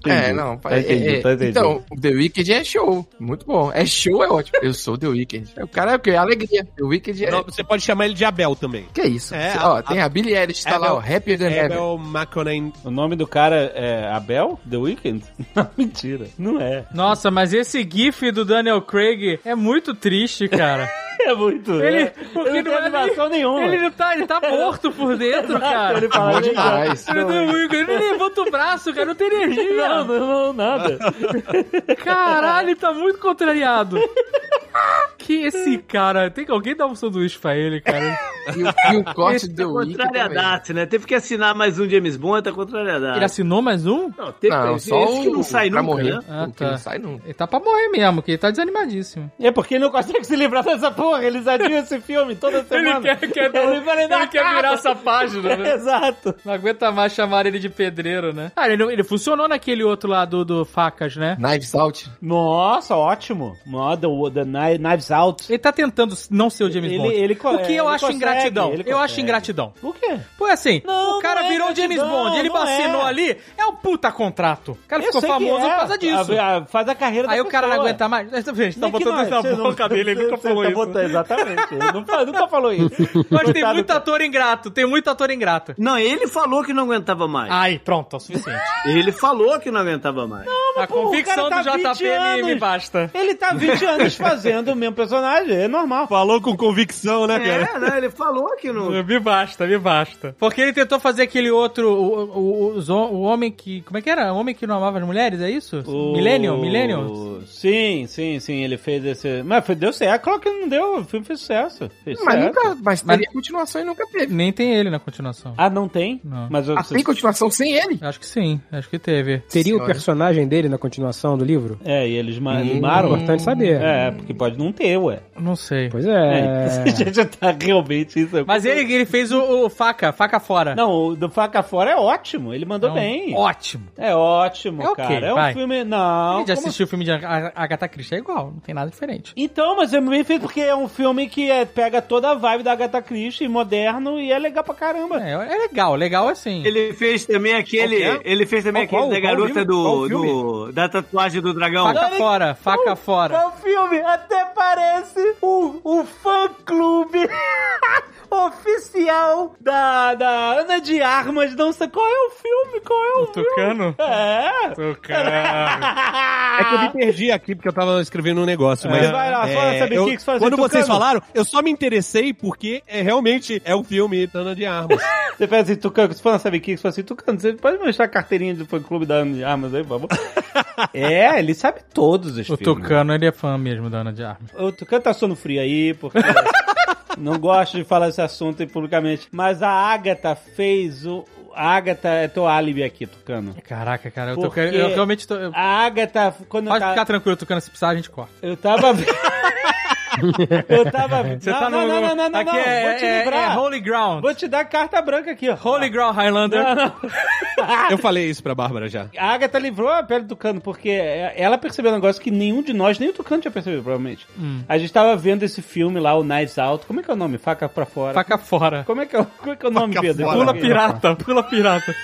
Speaker 4: É, não.
Speaker 1: Tá entendido,
Speaker 4: é, é,
Speaker 1: tá entendido.
Speaker 4: Então, The Weeknd é show. Muito bom. É show, é ótimo. Eu sou The Weeknd. O cara é o quê? Alegria. The Weeknd é...
Speaker 5: Não, você pode chamar ele de Abel também.
Speaker 4: Que isso?
Speaker 5: É,
Speaker 4: Cê-
Speaker 5: a-
Speaker 4: ó, tem a Billie Eilish, tá lá, ó. Happier Than Ever.
Speaker 5: Abel McConaughey.
Speaker 1: O nome do cara é Abel? The Weeknd? Não, mentira. Não é.
Speaker 6: Nossa, mas esse gif do Daniel Craig é muito triste, cara.
Speaker 1: É muito.
Speaker 6: Ele-
Speaker 1: é.
Speaker 6: porque
Speaker 1: não tem
Speaker 6: não é
Speaker 1: animação nenhuma.
Speaker 6: Ele não tá, ele tá morto por dentro, cara.
Speaker 1: Ele fala
Speaker 4: Bom
Speaker 1: "Gente,
Speaker 4: demais.
Speaker 6: Ele não- ele levanta o braço, cara, não tem energia.
Speaker 1: Não, não, não, nada.
Speaker 6: Caralho, ele tá muito contrariado. Que esse cara. Tem que alguém dar um sanduíche pra ele, cara.
Speaker 4: E o, e o corte do The Weeknd também.
Speaker 2: Contrariadaço, né? Teve que assinar mais um James Bond, tá contrariadaço.
Speaker 6: Ele assinou mais um?
Speaker 2: Não, teve
Speaker 4: Não,
Speaker 2: esse,
Speaker 4: só
Speaker 2: esse que
Speaker 4: o
Speaker 2: não sai
Speaker 4: pra
Speaker 2: nunca,
Speaker 4: morrer.
Speaker 2: né?
Speaker 6: Ah,
Speaker 4: o que não
Speaker 6: tá.
Speaker 4: sai nunca.
Speaker 6: Ele tá pra morrer mesmo, que ele tá desanimadíssimo.
Speaker 1: É porque ele não consegue se livrar dessa porra. Eles adiam esse filme toda semana.
Speaker 6: um-
Speaker 1: Ele vai lembrar, cara.
Speaker 6: essa página,
Speaker 1: Exato.
Speaker 6: Não aguenta mais chamar ele de pedreiro, né? Ah, ele, não- ele funcionou naquele outro lá do, do Facas, né?
Speaker 4: Knives Out.
Speaker 1: Nossa, ótimo. Ó, The, the Kni- Knives Out.
Speaker 6: Ele tá tentando não ser o James
Speaker 1: Ele-
Speaker 6: Bond.
Speaker 1: ele co- é,
Speaker 6: o que eu
Speaker 1: ele
Speaker 6: acho
Speaker 1: consegue,
Speaker 6: ingratidão.
Speaker 1: ele
Speaker 6: Eu acho
Speaker 1: consegue.
Speaker 6: ingratidão.
Speaker 1: Por quê?
Speaker 6: Pô, assim,
Speaker 1: Não,
Speaker 6: o cara
Speaker 1: não é
Speaker 6: virou o James
Speaker 1: ingratidão,
Speaker 6: Bond, ele
Speaker 1: não
Speaker 6: vacinou
Speaker 1: é.
Speaker 6: ali, é um puta contrato. O cara
Speaker 1: Eu
Speaker 6: ficou
Speaker 1: sei que
Speaker 6: famoso
Speaker 1: é.
Speaker 6: por causa disso.
Speaker 1: A- a- faz a carreira
Speaker 6: Aí
Speaker 1: da
Speaker 6: o cara não
Speaker 1: pessoa.
Speaker 6: aguenta mais. Mas, Gente, tá
Speaker 1: Nem que
Speaker 6: botando
Speaker 1: não, é.
Speaker 6: isso na
Speaker 1: você
Speaker 6: boca dele, ele nunca
Speaker 1: você
Speaker 6: falou
Speaker 1: tá
Speaker 6: isso.
Speaker 1: botando- exatamente. Ele não fa- nunca falou isso.
Speaker 6: Mas tem
Speaker 1: Coitado
Speaker 6: muito
Speaker 1: do-
Speaker 6: ator ingrato, tem muito ator ingrato.
Speaker 2: Não, ele falou que não aguentava mais.
Speaker 6: Ai, pronto, é o suficiente.
Speaker 2: Ele falou que não aguentava mais.
Speaker 6: A
Speaker 1: pô, o
Speaker 6: convicção
Speaker 1: cara tá
Speaker 6: do
Speaker 1: 20
Speaker 6: JP me, me
Speaker 1: anos.
Speaker 6: basta.
Speaker 1: Ele tá 20 anos fazendo o mesmo personagem, é normal.
Speaker 5: Falou com convicção, né, cara?
Speaker 2: É, né? Ele falou que não.
Speaker 6: Me basta, me basta. Porque ele tentou fazer aquele outro. O, o, o, zo- o homem que. Como é que era? O homem que não amava as mulheres, é isso? Millennium? Millennium?
Speaker 1: Sim, sim, sim, ele fez esse... Mas foi, deu certo, claro que não deu, o filme fez sucesso. Fez
Speaker 4: Mas
Speaker 1: certo.
Speaker 4: nunca, mas
Speaker 6: Mas-
Speaker 4: teria continuação e nunca teve.
Speaker 6: Nem tem ele na continuação.
Speaker 1: Ah, não tem?
Speaker 6: Não.
Speaker 1: Mas eu...
Speaker 4: Ah, tem continuação sem ele.
Speaker 6: Acho que sim, acho que teve.
Speaker 3: Teria o
Speaker 4: Senhora.
Speaker 3: personagem dele na continuação do livro?
Speaker 1: É, e eles ma-
Speaker 3: É
Speaker 1: limaram?
Speaker 3: importante saber.
Speaker 1: É, porque pode não ter, ué.
Speaker 6: Não sei.
Speaker 3: Pois
Speaker 1: É.
Speaker 3: é.
Speaker 1: gente tá realmente isso. é-
Speaker 6: Mas ele, ele fez o, o faca, faca fora.
Speaker 1: Não, o do Faca Fora é ótimo, ele mandou
Speaker 6: Não.
Speaker 1: bem.
Speaker 6: Ótimo.
Speaker 1: É ótimo,
Speaker 6: É ok,
Speaker 1: cara. É um
Speaker 6: vai.
Speaker 1: filme. Não.
Speaker 6: Quem
Speaker 1: como-
Speaker 6: já
Speaker 1: assim?
Speaker 6: assistiu o filme de Ag- Agatha Christie é igual, não tem nada diferente.
Speaker 1: Então, mas é bem feito porque é um filme que é- pega toda a vibe da Agatha Christie, moderno, e é legal pra caramba.
Speaker 6: É, é legal, legal assim.
Speaker 2: Ele fez também aquele.
Speaker 5: Qual que
Speaker 2: Ele fez também
Speaker 5: Qual-
Speaker 2: aquele da
Speaker 5: qual- qual
Speaker 2: garota
Speaker 5: filme? Qual
Speaker 2: do,
Speaker 5: filme?
Speaker 2: do- Da tatuagem do dragão.
Speaker 6: Faca fora, faca
Speaker 1: É
Speaker 6: fora.
Speaker 1: um O filme até parece um, um fã-clube. o
Speaker 9: oficial da, da Ana de Armas. Não sei qual é o filme, qual é o filme.
Speaker 6: Tucano?
Speaker 9: É.
Speaker 6: Tucano.
Speaker 5: É que eu me perdi aqui porque eu tava escrevendo um negócio, mas.
Speaker 1: Vai lá,
Speaker 5: é,
Speaker 1: fala, sabe o
Speaker 5: eu-
Speaker 1: que que você fazia,
Speaker 5: Quando vocês
Speaker 1: Tucano?
Speaker 5: falaram, eu só me interessei porque é, realmente é um filme Tana de Armas.
Speaker 1: Você faz assim, Tucano, você fala, sabe o que? Você fala assim, Tucano, você pode mostrar a carteirinha do fã clube da Ana de Armas aí, por favor? é, ele sabe todos os
Speaker 6: O
Speaker 1: filmes.
Speaker 6: Tucano, ele é fã mesmo da Ana de Armas.
Speaker 1: O Tucano tá sono frio aí, porque. Não gosto de falar esse assunto aí publicamente. Mas a Agatha fez o. A Agatha é teu álibi aqui, Tucano.
Speaker 6: Caraca, cara, eu, tô,
Speaker 1: Porque-
Speaker 6: eu realmente tô... eu-
Speaker 1: A Agatha, quando eu
Speaker 6: Pode ficar
Speaker 1: tava.
Speaker 6: tranquilo, Tucano, se precisar a gente corta.
Speaker 1: Eu tava. eu tava.
Speaker 6: Você
Speaker 1: não,
Speaker 6: tá
Speaker 1: não,
Speaker 6: no...
Speaker 1: não, não, não, não,
Speaker 6: aqui
Speaker 1: não.
Speaker 6: é,
Speaker 1: Vou te
Speaker 6: é-
Speaker 1: livrar.
Speaker 6: é Holy Ground.
Speaker 1: Vou te dar carta branca aqui, ó.
Speaker 6: Holy Ground Highlander.
Speaker 1: Não, não.
Speaker 5: eu falei isso pra Bárbara já.
Speaker 1: A Agatha livrou a pele do cano, porque ela percebeu um negócio que nenhum de nós, nem o Tucano tinha percebido, provavelmente. A gente tava vendo esse filme lá, o Knives Out. Como é que é o nome? Faca pra fora.
Speaker 6: Faca fora.
Speaker 1: Como, é que é, o- como é que é o nome, Pedro?
Speaker 6: Pula pirata, pula pirata.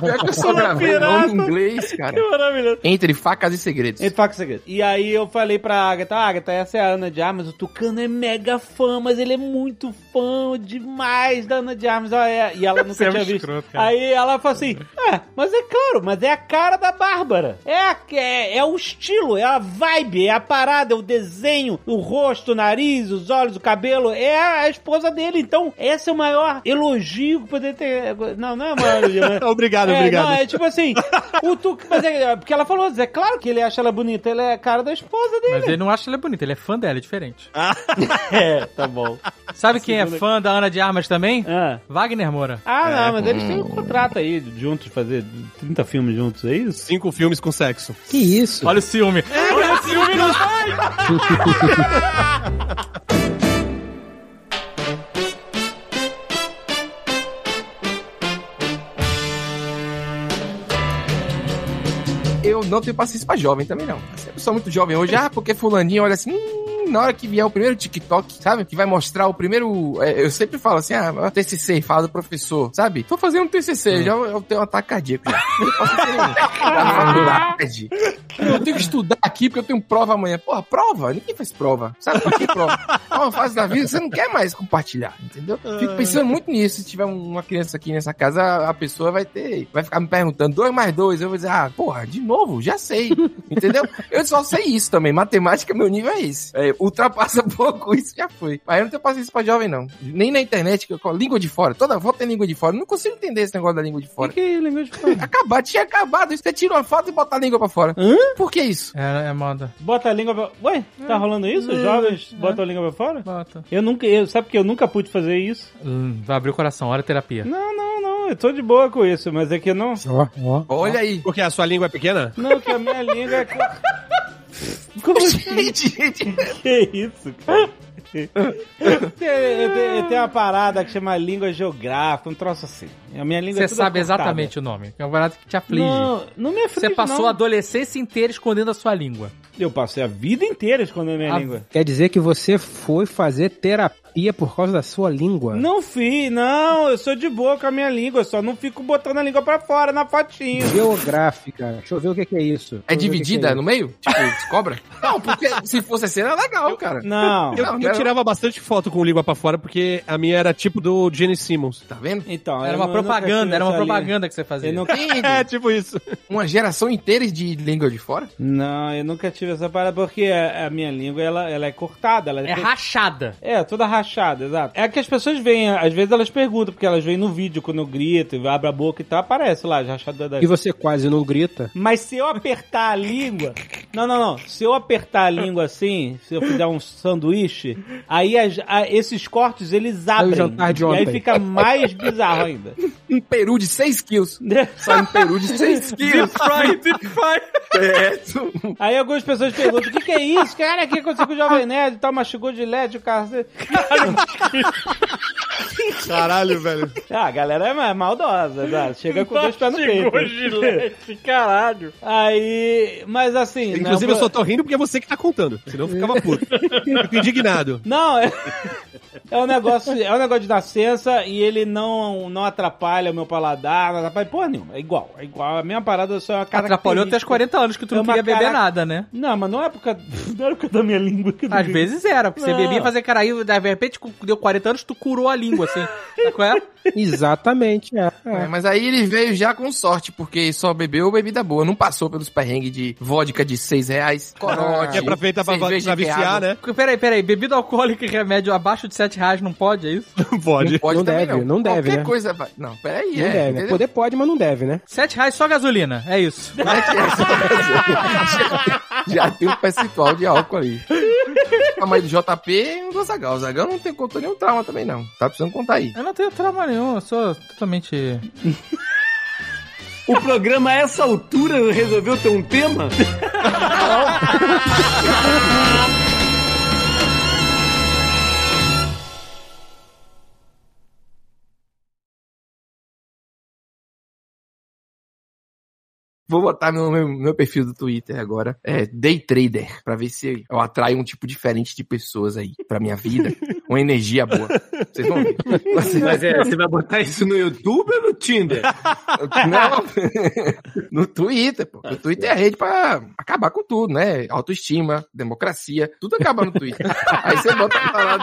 Speaker 4: Pior que eu sou gravei o nome em inglês, cara.
Speaker 1: Que maravilhoso.
Speaker 4: Entre facas e segredos.
Speaker 1: Entre
Speaker 6: é
Speaker 1: facas e segredos. E aí eu falei pra Agatha, ah, Agatha, essa é a Ana de Armas, o Tucano é mega fã, mas ele é muito fã demais da Ana de Armas. Ah, é. E ela nunca
Speaker 6: Você é um
Speaker 1: tinha visto.
Speaker 6: escroto, cara.
Speaker 1: Aí ela falou assim, ah, mas é claro, mas é a cara da Bárbara. É, a- é, é o estilo, é a vibe, é a parada, é o desenho, o rosto, o nariz, os olhos, o cabelo, é a, a esposa dele. Então, esse é o maior elogio que poderia ter... Não, não é o maior elogio, mas...
Speaker 5: Obrigado,
Speaker 1: É,
Speaker 5: obrigado.
Speaker 1: não, é tipo assim, o Tucano. Mas é, porque ela falou, é claro que ele acha ela bonita, ele é a cara da esposa dele.
Speaker 6: Mas ele não acha ela bonita, ele é fã dela, é diferente.
Speaker 1: É, tá bom.
Speaker 6: Sabe quem é fã da Ana de Armas também?
Speaker 1: Ah,
Speaker 6: Wagner Moura.
Speaker 1: Ah, não, mas eles têm um contrato aí de- juntos, fazer 30 filmes juntos, é isso?
Speaker 5: Cinco filmes com sexo.
Speaker 3: Que isso?
Speaker 6: Olha o ciúme. Olha o ciúme no
Speaker 4: Eu não tenho paciência pra jovem também, não. Se a pessoa é muito jovem hoje, ah, porque fulaninho olha assim, hum, na hora que vier o primeiro TikTok, sabe? Que vai mostrar o primeiro... é, eu sempre falo assim, ah, TCC, fala do professor, sabe? Tô fazendo um TCC, já eu tenho um ataque cardíaco. já. Eu posso um ter uma faculdade. Eu tenho que estudar aqui porque eu tenho prova amanhã. Porra, prova? Ninguém faz prova. Sabe pra que prova? É uma fase da vida que você não quer mais compartilhar, entendeu? Fico pensando muito nisso. Se tiver um, uma criança aqui nessa casa, a pessoa vai ter. Vai ficar me perguntando, dois mais dois. Eu vou dizer, ah, porra, de novo, já sei. Entendeu? Eu só sei isso também. Matemática, meu nível é esse. É, ultrapassa pouco, isso já foi. Mas eu não tenho paciência pra jovem, não. Nem na internet, que eu colo língua de fora. Toda volta tem língua de fora. Eu não consigo entender esse negócio da língua de fora.
Speaker 1: que é língua de fora?
Speaker 4: Acabar, tinha acabado. Você tira uma foto e bota a língua pra fora. Por que isso?
Speaker 6: É, é moda.
Speaker 1: Bota a língua pra... Ué, tá rolando isso? Os jovens botam a língua pra fora?
Speaker 6: Bota.
Speaker 1: Eu nunca... Eu, sabe que eu nunca pude fazer isso?
Speaker 6: Hum, vai abrir o coração, olha a terapia.
Speaker 1: Não, não, não, eu tô de boa com isso, mas é que eu não...
Speaker 3: Ó, ó.
Speaker 4: Olha aí.
Speaker 5: Porque a sua língua é pequena?
Speaker 1: Não, que a minha língua é... Como assim?
Speaker 4: Gente, gente.
Speaker 1: Que isso, cara? tem, tem- tem uma parada que chama língua geográfica, um troço assim. A minha língua é
Speaker 6: Você
Speaker 1: toda
Speaker 6: sabe
Speaker 1: cortada.
Speaker 6: exatamente o nome. É um barato que te aflige.
Speaker 1: Não, não me aflige,
Speaker 6: Você passou
Speaker 1: não.
Speaker 6: a adolescência inteira escondendo a sua língua.
Speaker 1: Eu passei a vida inteira escondendo a minha
Speaker 6: A-
Speaker 1: língua.
Speaker 3: Quer dizer que você foi fazer terapia por causa da sua língua?
Speaker 1: Não fi, não, eu sou de boa com a minha língua, eu só não fico botando a língua pra fora na fotinho.
Speaker 3: Geográfica. Deixa eu ver o que que é isso. Deixa
Speaker 4: É
Speaker 3: eu ver o que
Speaker 4: dividida
Speaker 3: que é
Speaker 4: no meio? Tipo, se cobra? Não, porque se fosse assim era legal, cara.
Speaker 1: Não.
Speaker 5: Eu,
Speaker 4: Não,
Speaker 5: eu
Speaker 4: não.
Speaker 5: tirava bastante foto com língua pra fora porque a minha era tipo do Gene Simmons.
Speaker 4: Tá vendo?
Speaker 1: Então,
Speaker 6: Era
Speaker 1: eu
Speaker 6: uma
Speaker 1: nu- nunca tive
Speaker 6: propaganda, era uma
Speaker 1: essa língua.
Speaker 6: propaganda que você fazia.
Speaker 1: Eu nunca-
Speaker 4: Tem
Speaker 6: É
Speaker 5: tipo isso.
Speaker 4: uma geração inteira de língua de fora?
Speaker 1: Não, eu nunca tive essa parada, porque a a minha língua, ela, ela é cortada. Ela
Speaker 6: É rachada.
Speaker 1: É, toda rachada, exato. É que as pessoas veem, às vezes elas perguntam, porque elas veem no vídeo quando eu grito, e abre a boca e tal, aparece lá, as rachadas da
Speaker 3: E você quase não grita.
Speaker 1: Mas se eu apertar a língua. Não, não, não. Se eu apertar a língua assim, se eu fizer um sanduíche, aí as- a- esses cortes eles abrem.
Speaker 3: jantar de
Speaker 1: E aí
Speaker 3: ontem.
Speaker 1: fica mais bizarro ainda.
Speaker 4: Um peru de 6 quilos. Sai um peru de 6 quilos.
Speaker 6: Fry, deep fry.
Speaker 1: Aí algumas pessoas perguntam: o que, que é isso? Cara, o que aconteceu com o Jovem Nerd e tal? Mastigou de LED, o cara.
Speaker 5: Caralho, velho.
Speaker 1: Ah, a galera é ma- maldosa, tá? chega com dois pés no peito.
Speaker 6: gilete, caralho.
Speaker 1: Aí, mas assim. não é
Speaker 5: Inclusive, eu
Speaker 1: uma-
Speaker 5: só tô rindo porque é você que tá contando. Senão eu ficava puto. Fico indignado.
Speaker 1: Não, é...
Speaker 10: É um negócio, é um negócio de nascença e ele não, não atrapalha o meu paladar, não atrapalha porra nenhuma. É igual, é igual. A mesma parada só é uma característica.
Speaker 6: Atrapalhou até os 40 anos que tu
Speaker 10: É
Speaker 6: não
Speaker 10: uma
Speaker 6: queria beber
Speaker 10: carac-
Speaker 6: nada, né?
Speaker 10: Não, mas não é por causa, não é por causa da minha língua. que eu não
Speaker 1: Uhum.
Speaker 6: Às
Speaker 10: bebo.
Speaker 6: vezes era, porque você
Speaker 10: Não.
Speaker 6: bebia e fazia caraí, de repente cu- deu 40 anos, tu curou a língua, assim. Sabe qual é?
Speaker 3: Exatamente, é.
Speaker 4: É,
Speaker 3: é.
Speaker 4: mas aí ele veio já com sorte, porque só bebeu bebida boa. Não passou pelos perrengues de vodka de 6
Speaker 3: Ah,
Speaker 4: reais, corote,
Speaker 5: Que é pra feita pra, pra
Speaker 4: cerveja é de
Speaker 5: viciar,
Speaker 4: piada.
Speaker 5: né?
Speaker 6: Peraí, peraí, bebida alcoólica e remédio abaixo de 7 reais não pode, é isso?
Speaker 5: Pode.
Speaker 4: Pode
Speaker 3: Não
Speaker 4: também
Speaker 3: deve, não deve,
Speaker 4: Qualquer
Speaker 3: né?
Speaker 4: coisa vai. Não, peraí,
Speaker 3: Não
Speaker 4: é,
Speaker 3: deve, né?
Speaker 4: entendeu?
Speaker 3: Poder pode, mas não deve, né?
Speaker 6: 7 reais só gasolina, é isso.
Speaker 4: Já tem um percentual de álcool aí. A mãe do JP e o do Zagal. um O Zagal não tem, contou nenhum trauma também, não. Tá precisando contar aí.
Speaker 6: Eu não tenho trauma nenhum, eu sou totalmente...
Speaker 2: O programa a essa altura resolveu ter um tema?
Speaker 4: Vou botar no meu, meu perfil do Twitter agora. É Day Trader. Pra ver se eu atraio um tipo diferente de pessoas aí pra minha vida. Uma energia boa. Vocês vão ver.
Speaker 2: Mas é, você vai botar isso no YouTube ou no Tinder?
Speaker 4: Não, no Twitter, pô. O Twitter é a rede pra acabar com tudo, né? Autoestima, democracia, tudo acaba no Twitter. Aí você bota pra lá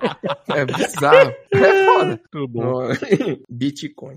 Speaker 4: dentro. É bizarro. É foda. Tudo bom. Bitcoin.